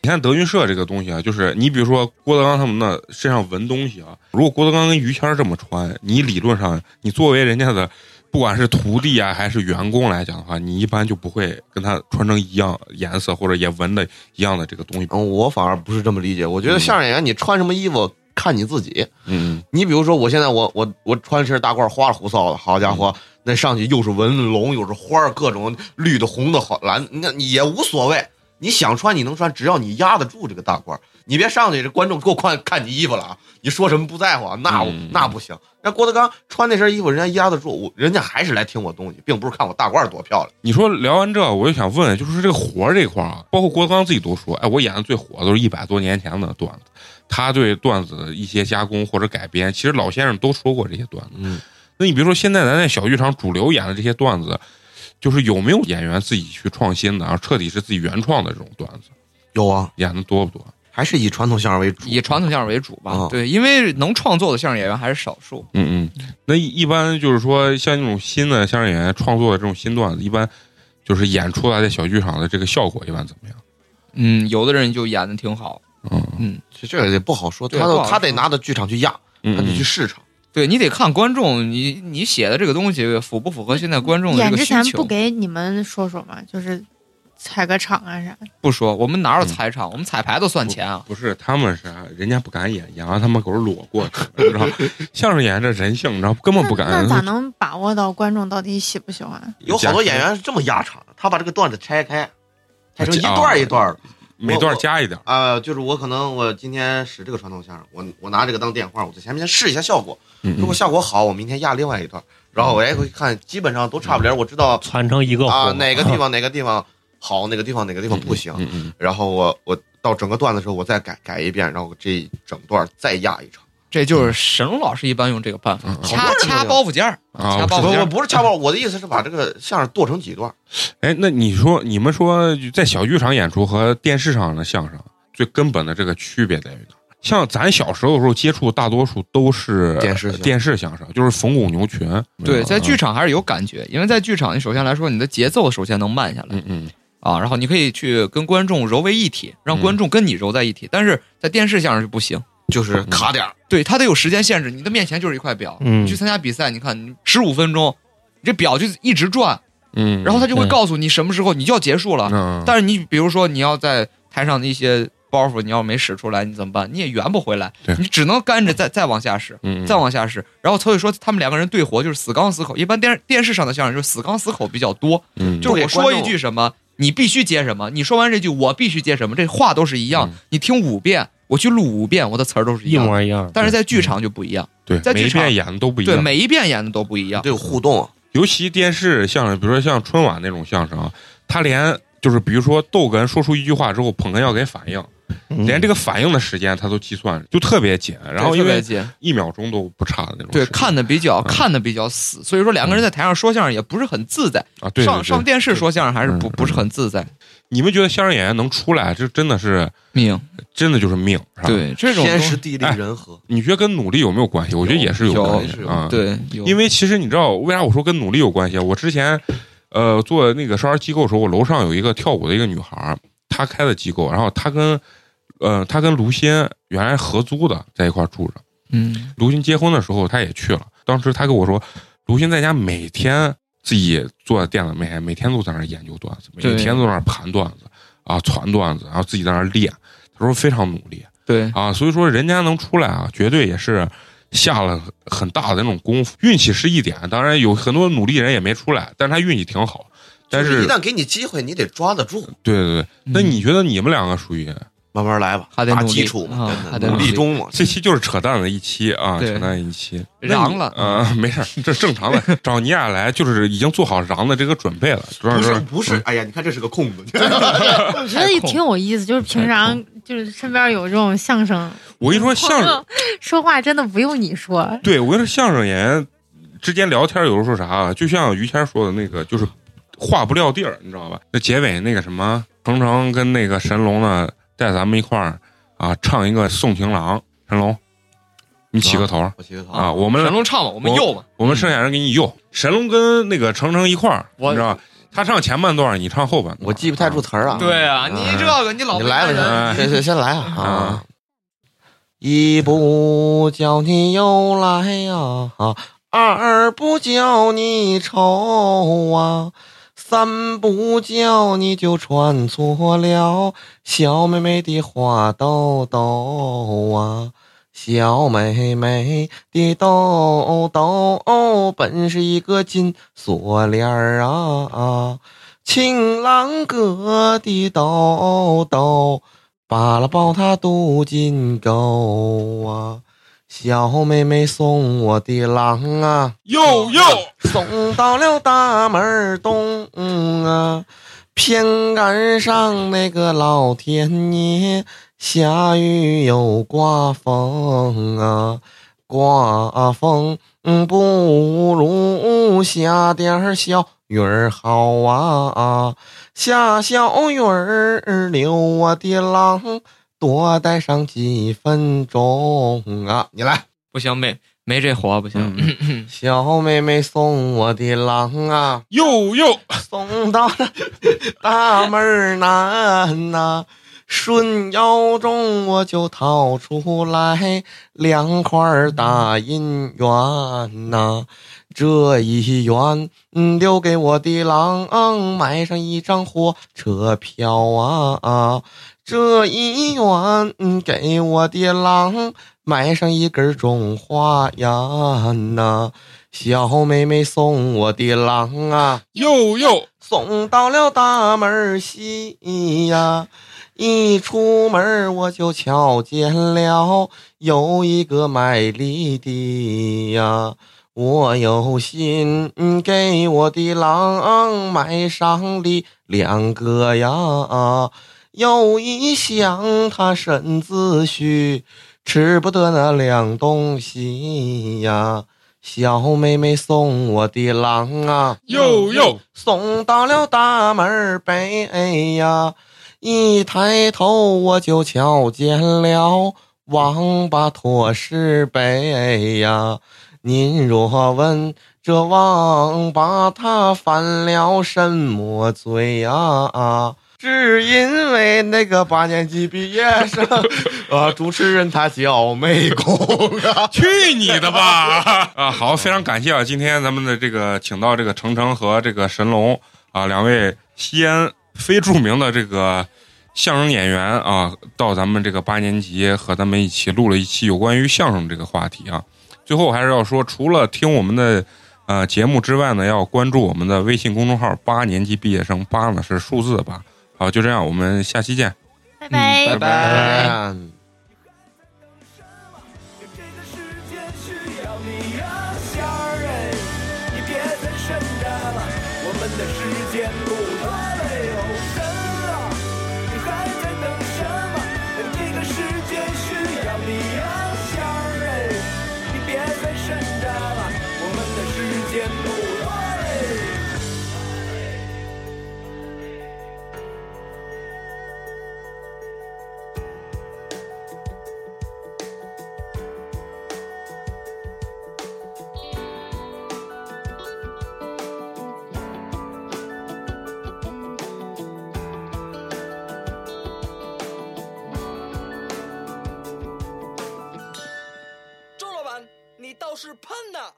Speaker 1: 你看德云社这个东西啊，就是你比如说郭德纲他们那身上纹东西啊，如果郭德纲跟于谦儿这么穿，你理论上你作为人家的不管是徒弟啊还是员工来讲的话，你一般就不会跟他穿成一样颜色或者也纹的一样的这个东西。
Speaker 10: 嗯，我反而不是这么理解。我觉得相声演员你穿什么衣服看你自己。
Speaker 1: 嗯
Speaker 10: 你比如说，我现在我我我穿身大褂，花里胡哨的，好家伙，那上去又是纹龙，又是花儿，各种绿的、红的、好蓝的，那你也无所谓。你想穿你能穿，只要你压得住这个大褂，你别上去这观众给我看看你衣服了啊！你说什么不在乎啊？那我
Speaker 1: 嗯
Speaker 10: 那不行。那郭德纲穿那身衣服，人家压得住，我人家还是来听我东西，并不是看我大褂多漂亮。
Speaker 1: 你说聊完这，我就想问，就是这个活儿这块儿啊，包括郭德纲自己都说，哎，我演的最火的都是一百多年前的段子，他对段子的一些加工或者改编，其实老先生都说过这些段子。
Speaker 10: 嗯，
Speaker 1: 那你比如说现在咱在小剧场主流演的这些段子，就是有没有演员自己去创新的，然后啊彻底是自己原创的这种段子，
Speaker 10: 有啊，
Speaker 1: 演的多不多？
Speaker 10: 还是以传统相声为主。
Speaker 7: 以传统相声为主吧
Speaker 10: 哦，
Speaker 7: 对，因为能创作的相声演员还是少数。
Speaker 1: 嗯嗯，那一一般就是说像那种新的相声演员创作的这种新段子，一般就是演出来在小剧场的这个效果一般怎么样？
Speaker 7: 嗯，有的人就演的挺好，
Speaker 1: 嗯
Speaker 10: 这这也不好说，
Speaker 7: 对
Speaker 10: 他
Speaker 7: 不
Speaker 10: 都
Speaker 7: 好
Speaker 10: 他得
Speaker 7: 说
Speaker 10: 拿到剧场去压，
Speaker 1: 嗯，
Speaker 10: 他得
Speaker 1: 嗯
Speaker 10: 去市场。
Speaker 7: 对你得看观众，你你写的这个东西符不符合现在观众的这
Speaker 5: 啊演
Speaker 7: 个
Speaker 5: 之
Speaker 7: 需
Speaker 5: 前
Speaker 7: 求
Speaker 5: 不？给你们说说吗？就是踩个场啊啥的。
Speaker 7: 不说，我们哪有踩场？我们彩排都算钱啊！
Speaker 1: 不是他们是啥？人家不敢演，演完他们给我裸过去，你知道吗？ 相声演员这人性，你知道吗根本不
Speaker 5: 那
Speaker 1: 敢
Speaker 5: 那。咋能把握到观众到底喜不喜欢？
Speaker 10: 嗯有好多演员是这么压场，他把这个段子拆开，拆成一段儿一段儿的。
Speaker 1: 每段加一点，
Speaker 10: 啊、就是我可能我今天使这个传统相声，我我拿这个当电话，我在前面先试一下效果，
Speaker 1: 嗯
Speaker 10: 如果效果好，我明天压另外一段，然后我来回看，基本上都差不离儿，我知道
Speaker 3: 攒成一个
Speaker 10: 啊、
Speaker 3: 活
Speaker 10: 哪个地方哪个地方好，哪个地方哪个地方不行，
Speaker 1: 嗯嗯，
Speaker 10: 然后我我到整个段子的时候，我再改改一遍，然后这一整段再压一场。
Speaker 7: 这就是沈龙老师一般用这个办法
Speaker 1: 嗯，
Speaker 10: 好
Speaker 7: 掐
Speaker 10: 多人都
Speaker 7: 掐
Speaker 10: 有
Speaker 7: 包袱尖儿，
Speaker 1: 啊
Speaker 7: 掐
Speaker 1: 我
Speaker 7: 包
Speaker 10: 不
Speaker 7: 袱尖
Speaker 10: 不
Speaker 7: 儿。
Speaker 10: 不是嗯掐包，我的意思是把这个相声剁成几段。
Speaker 1: 哎，那你说你们说在小剧场演出和电视上的相声最根本的这个区别在于哪？像咱小时候的时候接触，大多数都是
Speaker 10: 电视相声
Speaker 1: 电视相声，就是缝补牛群。嗯
Speaker 7: 对，在剧
Speaker 1: 场，
Speaker 7: 场还是有感觉，因为在剧场，你首先来说，你的节奏首先能慢下来
Speaker 1: 嗯嗯，
Speaker 7: 啊，然后你可以去跟观众揉为一体，让观众跟你揉在一体。但是在电视相声就不行，
Speaker 1: 嗯
Speaker 10: 就是卡点儿，
Speaker 7: 对，它得有时间限制，你的面前就是一块表。
Speaker 3: 嗯
Speaker 7: 你去参加比赛，你看你十五分钟，你这表就一直转，
Speaker 1: 嗯，
Speaker 7: 然后他就会
Speaker 3: 对
Speaker 7: 告诉你什么时候你就要结束了。
Speaker 1: 嗯，
Speaker 7: 但是你比如说你要在台上的一些包袱，你要没使出来，你怎么办？你也圆不回来
Speaker 1: 对，
Speaker 7: 你只能干着再再往下使，
Speaker 1: 嗯
Speaker 7: 再往下使。然后所以说他们两个人对活就是死刚死口，一般电电视上的相声就是死刚死口比较多，
Speaker 1: 嗯
Speaker 7: 就是我说一句什么，你必须接什么，你说完这句我必须接什么，这话都是一样
Speaker 1: 嗯，
Speaker 7: 你听五遍，我去录五遍，我的词儿都是一
Speaker 3: 一
Speaker 7: 样的。
Speaker 3: 模一样。
Speaker 7: 但是在剧场就不一样，
Speaker 1: 对，
Speaker 7: 在
Speaker 1: 每
Speaker 7: 剧
Speaker 1: 一
Speaker 7: 场
Speaker 1: 遍演的都不一
Speaker 7: 对
Speaker 1: 样，
Speaker 7: 每一遍演的都不一样
Speaker 10: 得。有互动。
Speaker 1: 尤其电视相声，比如说像春晚那种相声啊，他连就是比如说逗哏说出一句话之后，捧哏要给反应，
Speaker 3: 嗯
Speaker 1: 连这个反应的时间他都计算，就特别紧，然后
Speaker 7: 对
Speaker 1: 因
Speaker 7: 特别
Speaker 1: 为
Speaker 7: 紧
Speaker 1: 一秒钟都不差的那种时
Speaker 7: 对
Speaker 1: 间。
Speaker 7: 看的比较
Speaker 1: 嗯
Speaker 7: 看的比较死，所以说两个人在台上说相声也不是很自在。
Speaker 1: 啊，对对
Speaker 7: 上上
Speaker 1: 对，
Speaker 7: 电视说相声还是不
Speaker 1: 嗯
Speaker 7: 不是很自在。
Speaker 1: 你们觉得相声演员能出来，这真的是
Speaker 7: 命
Speaker 1: 真的就是命，是吧？，
Speaker 7: 对这种
Speaker 10: 天
Speaker 7: 东
Speaker 10: 时
Speaker 7: 西
Speaker 10: 地利
Speaker 1: 哎
Speaker 10: 人和，
Speaker 1: 你觉得跟努力有没有关系？我觉得也是
Speaker 7: 有
Speaker 1: 关系
Speaker 10: 有
Speaker 1: 啊。，
Speaker 7: 对，有
Speaker 1: 因为其实你知道为啥我说跟努力有关系？啊我之前呃做那个少儿机构的时候，我楼上有一个跳舞的一个女孩儿，她开的机构，然后她跟呃她跟卢鑫原来合租的在一块儿住着。
Speaker 7: 嗯
Speaker 1: 卢鑫结婚的时候，她也去了。当时她跟我说，卢鑫在家每天自己坐在电脑面前，每天都在那儿研究段子，每
Speaker 7: 对
Speaker 1: 天都在那儿盘段子啊，传段子，然后自己在那儿练。她说非常努力
Speaker 7: 对
Speaker 1: 啊，所以说人家能出来啊，绝对也是下了很大的那种功夫。运气是一点，当然有很多努力人也没出来，但是他运气挺好。但
Speaker 10: 就是一，旦给你机会，你得抓得住，
Speaker 1: 对对对，那
Speaker 7: 嗯
Speaker 1: 你觉得你们两个属于
Speaker 10: 慢慢来吧，
Speaker 7: 还得
Speaker 10: 打
Speaker 7: 努力
Speaker 10: 基础嘛
Speaker 7: 啊，还
Speaker 10: 真的
Speaker 7: 得
Speaker 10: 努
Speaker 7: 努
Speaker 10: 力
Speaker 7: 力
Speaker 10: 中嘛。
Speaker 1: 这期就是扯淡的一期啊，
Speaker 7: 对
Speaker 1: 扯淡一期，
Speaker 7: 瓤了
Speaker 1: 啊、没事儿，这是正常的。找你俩来就是已经做好瓤的这个准备了，主要
Speaker 10: 不是
Speaker 1: 是
Speaker 10: 不是，哎呀，你看这是个空 子，
Speaker 5: 我觉得也挺有意思，就是平
Speaker 1: 太
Speaker 5: 常就是身边有这种相声，
Speaker 1: 我跟你说相
Speaker 10: 啊
Speaker 1: 声，
Speaker 5: 说话真的不用你说，
Speaker 1: 对我跟你说相声演员之间聊天有的时候啥啊，就像于谦说的那个，就是话不撂地儿，你知道吧？那结尾那个什么，程程跟那个神龙呢，带咱们一块儿啊唱一个《送情郎》，神龙，你起个头儿
Speaker 10: 我觉得
Speaker 1: 啊，我们
Speaker 7: 神龙唱吧，我们右吧，
Speaker 1: 我们剩下人给你用。神龙跟那个程程一块儿，
Speaker 7: 我
Speaker 1: 你知道吧，他唱前半段，你唱后半段。
Speaker 8: 我记不太住
Speaker 1: 啊。
Speaker 8: 词儿啊。
Speaker 7: 对啊，你这个你老
Speaker 10: 嗯
Speaker 8: 你
Speaker 7: 不
Speaker 8: 来
Speaker 7: 看人
Speaker 1: 哎
Speaker 8: 吧，先先先来啊
Speaker 1: 啊
Speaker 8: 啊！一不叫你又来呀、啊，二不叫你愁啊，三不叫你就穿错了小妹妹的花兜兜啊。小妹妹的兜兜本是一个金锁链儿啊啊情郎哥的兜兜，扒拉抱他镀金钩啊！小妹妹送我的郎啊，
Speaker 1: 哟哟，
Speaker 8: 送到了大门儿东啊，偏赶上那个老天爷下雨又刮风啊，刮风嗯不如下点儿小雨儿好啊啊，下小雨儿留我的郎。多待上几分钟啊！
Speaker 10: 你来，
Speaker 7: 不行，没没这活不
Speaker 1: 嗯
Speaker 7: 行，
Speaker 8: 小妹妹送我的郎啊，
Speaker 1: 哟哟，
Speaker 8: 送到了大门儿南呐、顺腰中我就掏出来两块儿大银元呐、这一元嗯留给我的郎，买上一张火车票啊啊！这一元嗯给我的郎，买上一根中华烟呐、小妹妹送我的郎啊，
Speaker 1: 又又
Speaker 8: 送到了大门儿西呀、一出门儿我就瞧见了有一个卖梨的呀，我有心嗯给我的郎买上梨两个呀。又一想他身子虚，吃不得那两东西呀。小妹妹送我的郎啊，
Speaker 1: 又又
Speaker 8: 送到了大门儿北哎呀。一抬头我就瞧见了王八驮石碑哎呀。您若问这王八他犯了什么罪呀、啊？只因为那个八年级毕业 生，
Speaker 10: 呃
Speaker 8: 啊，主持人他叫美工啊，
Speaker 1: 去你的 吧！啊，好，非常感谢啊，今天咱们的这个请到这个程程和这个神龙啊两位西安非著名的这个相声演员啊，到咱们这个八年级和咱们一起录了一期有关于相声这个话题啊。最后还是要说，除了听我们的呃节目之外呢，要关注我们的微信公众号“八年级毕业生”，八呢是数字吧。好，就这样，我们下期见。
Speaker 11: 拜拜。
Speaker 1: 拜
Speaker 7: 嗯
Speaker 10: 哎
Speaker 7: 拜。
Speaker 10: 这个世界需要你呀、仙儿哎，你别再挣扎了，我们的时间不多了哟，神啊，你还在等什么？这个世界需要你呀、仙儿哎，你别再啊挣扎了，我们的时间不多了哟。周老板，你倒是喷呐！